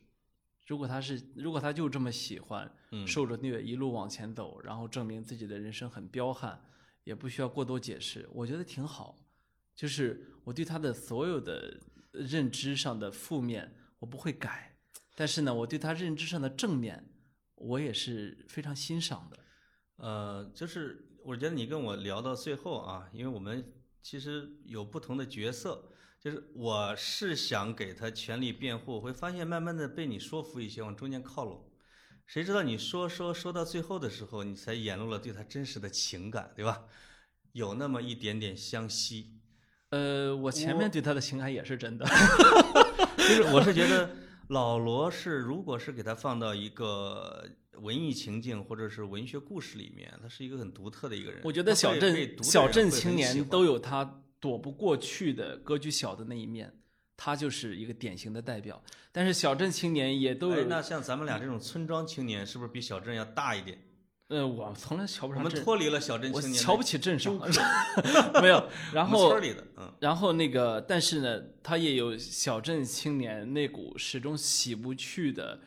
A: 如果他是，如果他就这么喜欢，
B: 嗯
A: 受着虐一路往前走，然后证明自己的人生很彪悍，也不需要过多解释，我觉得挺好。就是我对他的所有的认知上的负面，我不会改，但是呢，我对他认知上的正面，我也是非常欣赏的。
B: 呃，就是我觉得你跟我聊到最后啊，因为我们其实有不同的角色，就是我是想给他全力辩护，会发现慢慢的被你说服一些，往中间靠拢。谁知道你说说说到最后的时候，你才演露了对他真实的情感，对吧？有那么一点点相惜，
A: 呃，我前面对他的情感也是真的。
B: 就是我是觉得老罗是，如果是给他放到一个文艺情境或者是文学故事里面，他是一个很独特的一个人。
A: 我觉得
B: 他
A: 小
B: 会被
A: 镇
B: 读的
A: 小
B: 人
A: 镇
B: 会很
A: 青
B: 喜
A: 年
B: 欢
A: 都有他躲不过去的格局小的那一面，他就是一个典型的代表。但是小镇青年也都
B: 哎
A: 有，
B: 那像咱们俩这种村庄青年，是不是比小镇要大一点？
A: 呃，我从来瞧不
B: 我
A: 上
B: 们
A: 镇，
B: 脱离了小镇
A: 我
B: 青年的，
A: 瞧不起镇上， 没有。然
B: 我们
A: 后
B: 村里的，嗯，
A: 然后那个，但是呢，他也有小镇青年那股始终洗不去的，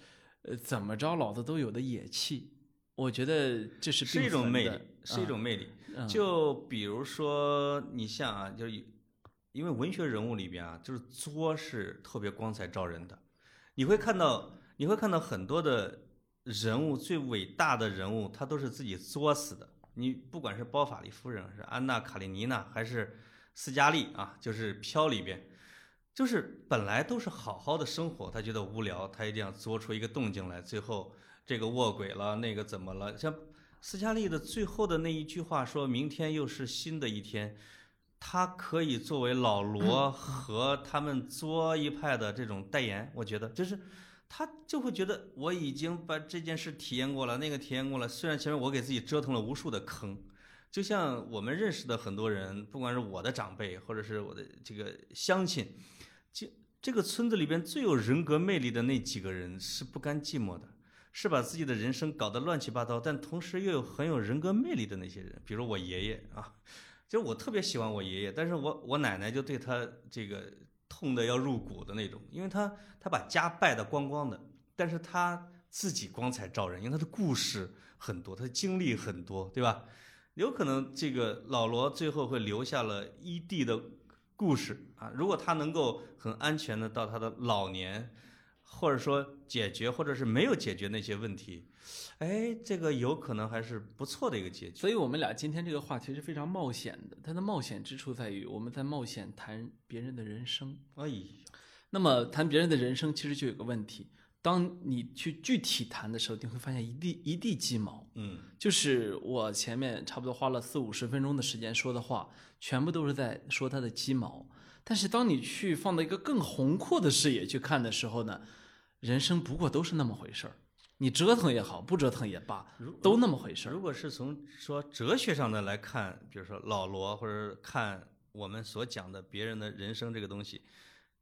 A: 呃，怎么着老子都有的野气。我觉得这是
B: 是
A: 并
B: 一种
A: 存
B: 魅
A: 的
B: 力，是一
A: 啊
B: 种魅力。
A: 嗯
B: 就比如说，你像啊，就是有因为文学人物里边啊，就是作是特别光彩照人的，你会看到，你会看到很多的人物，最伟大的人物，他都是自己作死的。你不管是包法利夫人，是安娜·卡列尼娜，还是斯嘉丽啊，就是《飘》里边，就是本来都是好好的生活，他觉得无聊，他一定要作出一个动静来，最后这个卧轨了，那个怎么了？像斯嘉丽的最后的那一句话说：“明天又是新的一天。”他可以作为老罗和他们作一派的这种代言，我觉得就是他就会觉得我已经把这件事体验过了，那个体验过了。虽然前面我给自己折腾了无数的坑，就像我们认识的很多人，不管是我的长辈，或者是我的这个乡亲，这这个村子里边最有人格魅力的那几个人是不甘寂寞的，是把自己的人生搞得乱七八糟，但同时又有很有人格魅力的那些人，比如我爷爷啊，实我特别喜欢我爷爷，但是我我奶奶就对他这个痛的要入骨的那种，因为他他把家败得光光的，但是他自己光彩照人，因为他的故事很多，他的经历很多，对吧？有可能这个老罗最后会留下了一地的故事啊，如果他能够很安全的到他的老年，或者说解决或者是没有解决那些问题，哎，这个有可能还是不错的一个结局。
A: 所以我们俩今天这个话题是非常冒险的，它的冒险之处在于我们在冒险谈别人的人生。
B: 哎呀，
A: 那么谈别人的人生，其实就有个问题，当你去具体谈的时候，你会发现一地一地鸡毛。
B: 嗯
A: 就是我前面差不多花了四五十分钟的时间说的话，全部都是在说他的鸡毛。但是当你去放到一个更宏阔的视野去看的时候呢，人生不过都是那么回事儿。你折腾也好，不折腾也罢，都那么回事儿。
B: 如果是从说哲学上的来看，比如说老罗或者看我们所讲的别人的人生这个东西，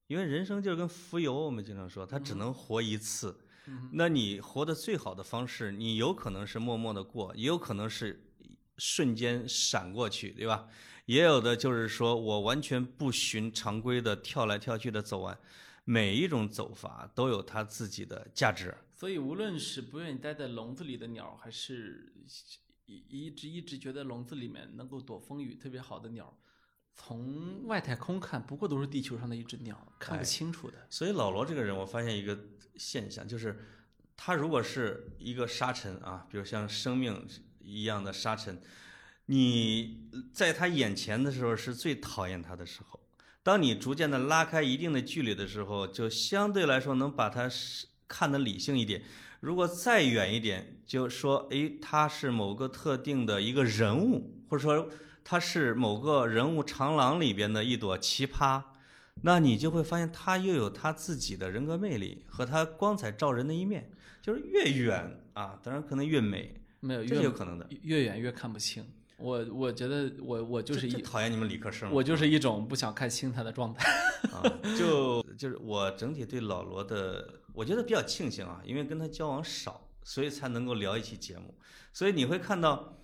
B: 因为人生就是跟浮游，我们经常说，它只能活一次。那你活得最好的方式，你有可能是默默的过，也有可能是瞬间闪过去，对吧？也有的就是说我完全不循常规的跳来跳去的走完，每一种走法都有它自己的价值。
A: 所以，无论是不愿意待在笼子里的鸟，还是一一直一直觉得笼子里面能够躲风雨特别好的鸟，从外太空看，不过都是地球上的一只鸟，看
B: 哎
A: 不清楚的。
B: 所以老罗这个人，我发现一个现象，就是他如果是一个沙尘啊，比如像生命一样的沙尘，你在他眼前的时候是最讨厌他的时候。当你逐渐的拉开一定的距离的时候，就相对来说能把他是看得理性一点。如果再远一点，就说诶，他是某个特定的一个人物，或者说他是某个人物长廊里边的一朵奇葩，那你就会发现他又有他自己的人格魅力和他光彩照人的一面，就是越远啊，当然可能越美，
A: 没有越
B: 这是有可能的。
A: 越远越看不清。我我觉得我我就是
B: 这
A: 一
B: 这讨厌你们理科生，
A: 我就是一种不想看清它的状态。
B: 啊，就就是我整体对老罗的，我觉得比较庆幸啊，因为跟他交往少，所以才能够聊一期节目。所以你会看到，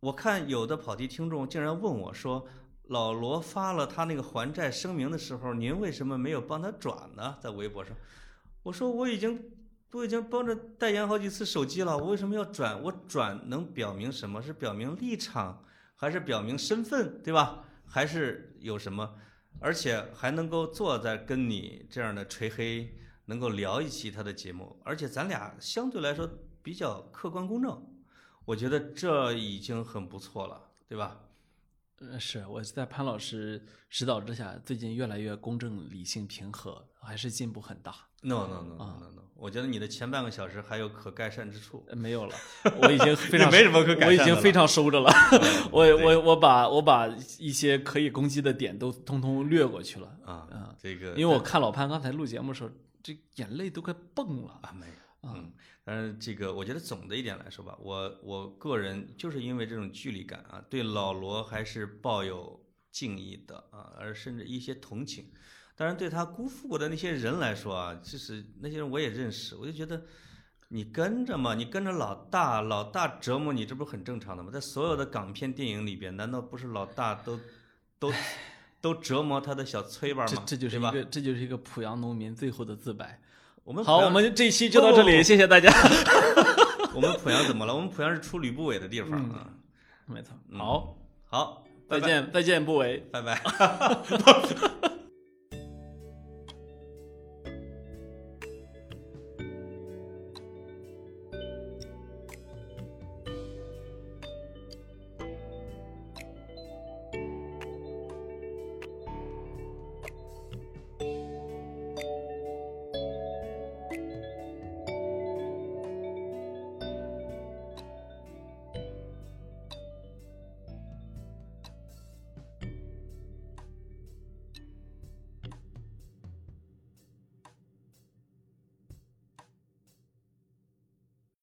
B: 我看有的跑题听众竟然问我说，老罗发了他那个还债声明的时候，您为什么没有帮他转呢？在微博上，我说我已经。我已经帮着代言好几次手机了，我为什么要转？我转能表明什么？是表明立场，还是表明身份，对吧？还是有什么？而且还能够坐在跟你这样的垂黑，能够聊一期他的节目，而且咱俩相对来说比较客观公正，我觉得这已经很不错了，对吧？
A: 呃是我在潘老师指导之下，最近越来越公正、理性、平和，还是进步很大。
B: No
A: 啊
B: no no no no no，我觉得你的前半个小时还有可改善之处。
A: 呃没有了，我已经非 常
B: 没什么可改
A: 我已
B: 善的
A: 经
B: 了
A: 非常收着了。 我
B: 对
A: 我我把我把一些可以攻击的点都通通略过去了，
B: 啊，这个
A: 因为我看老潘刚才录节目的时候，这眼泪都快蹦了。
B: 啊，没有，嗯，但是这个我觉得总的一点来说吧，我我个人就是因为这种距离感啊，对老罗还是抱有敬意的啊，而甚至一些同情。当然，对他辜负过的那些人来说啊，就是那些人我也认识，我就觉得你跟着嘛，你跟着老大，老大折磨你，这不是很正常的吗？在所有的港片电影里边，难道不是老大都 都都折磨他的小崔吧
A: 啊这
B: 吗？
A: 这就是
B: 对
A: 一
B: 吧？
A: 个这就是一个濮阳农民最后的自白。
B: 我们
A: 好，
B: 不要哦
A: 我们这一期就到这里，谢谢 大家。
B: 我们濮阳怎么了？我们濮阳是出吕不韦的地方啊。
A: 没错，
B: 嗯
A: 好，
B: 好，
A: 再
B: 嗯拜拜，
A: 见，再见，不为。
B: 拜拜。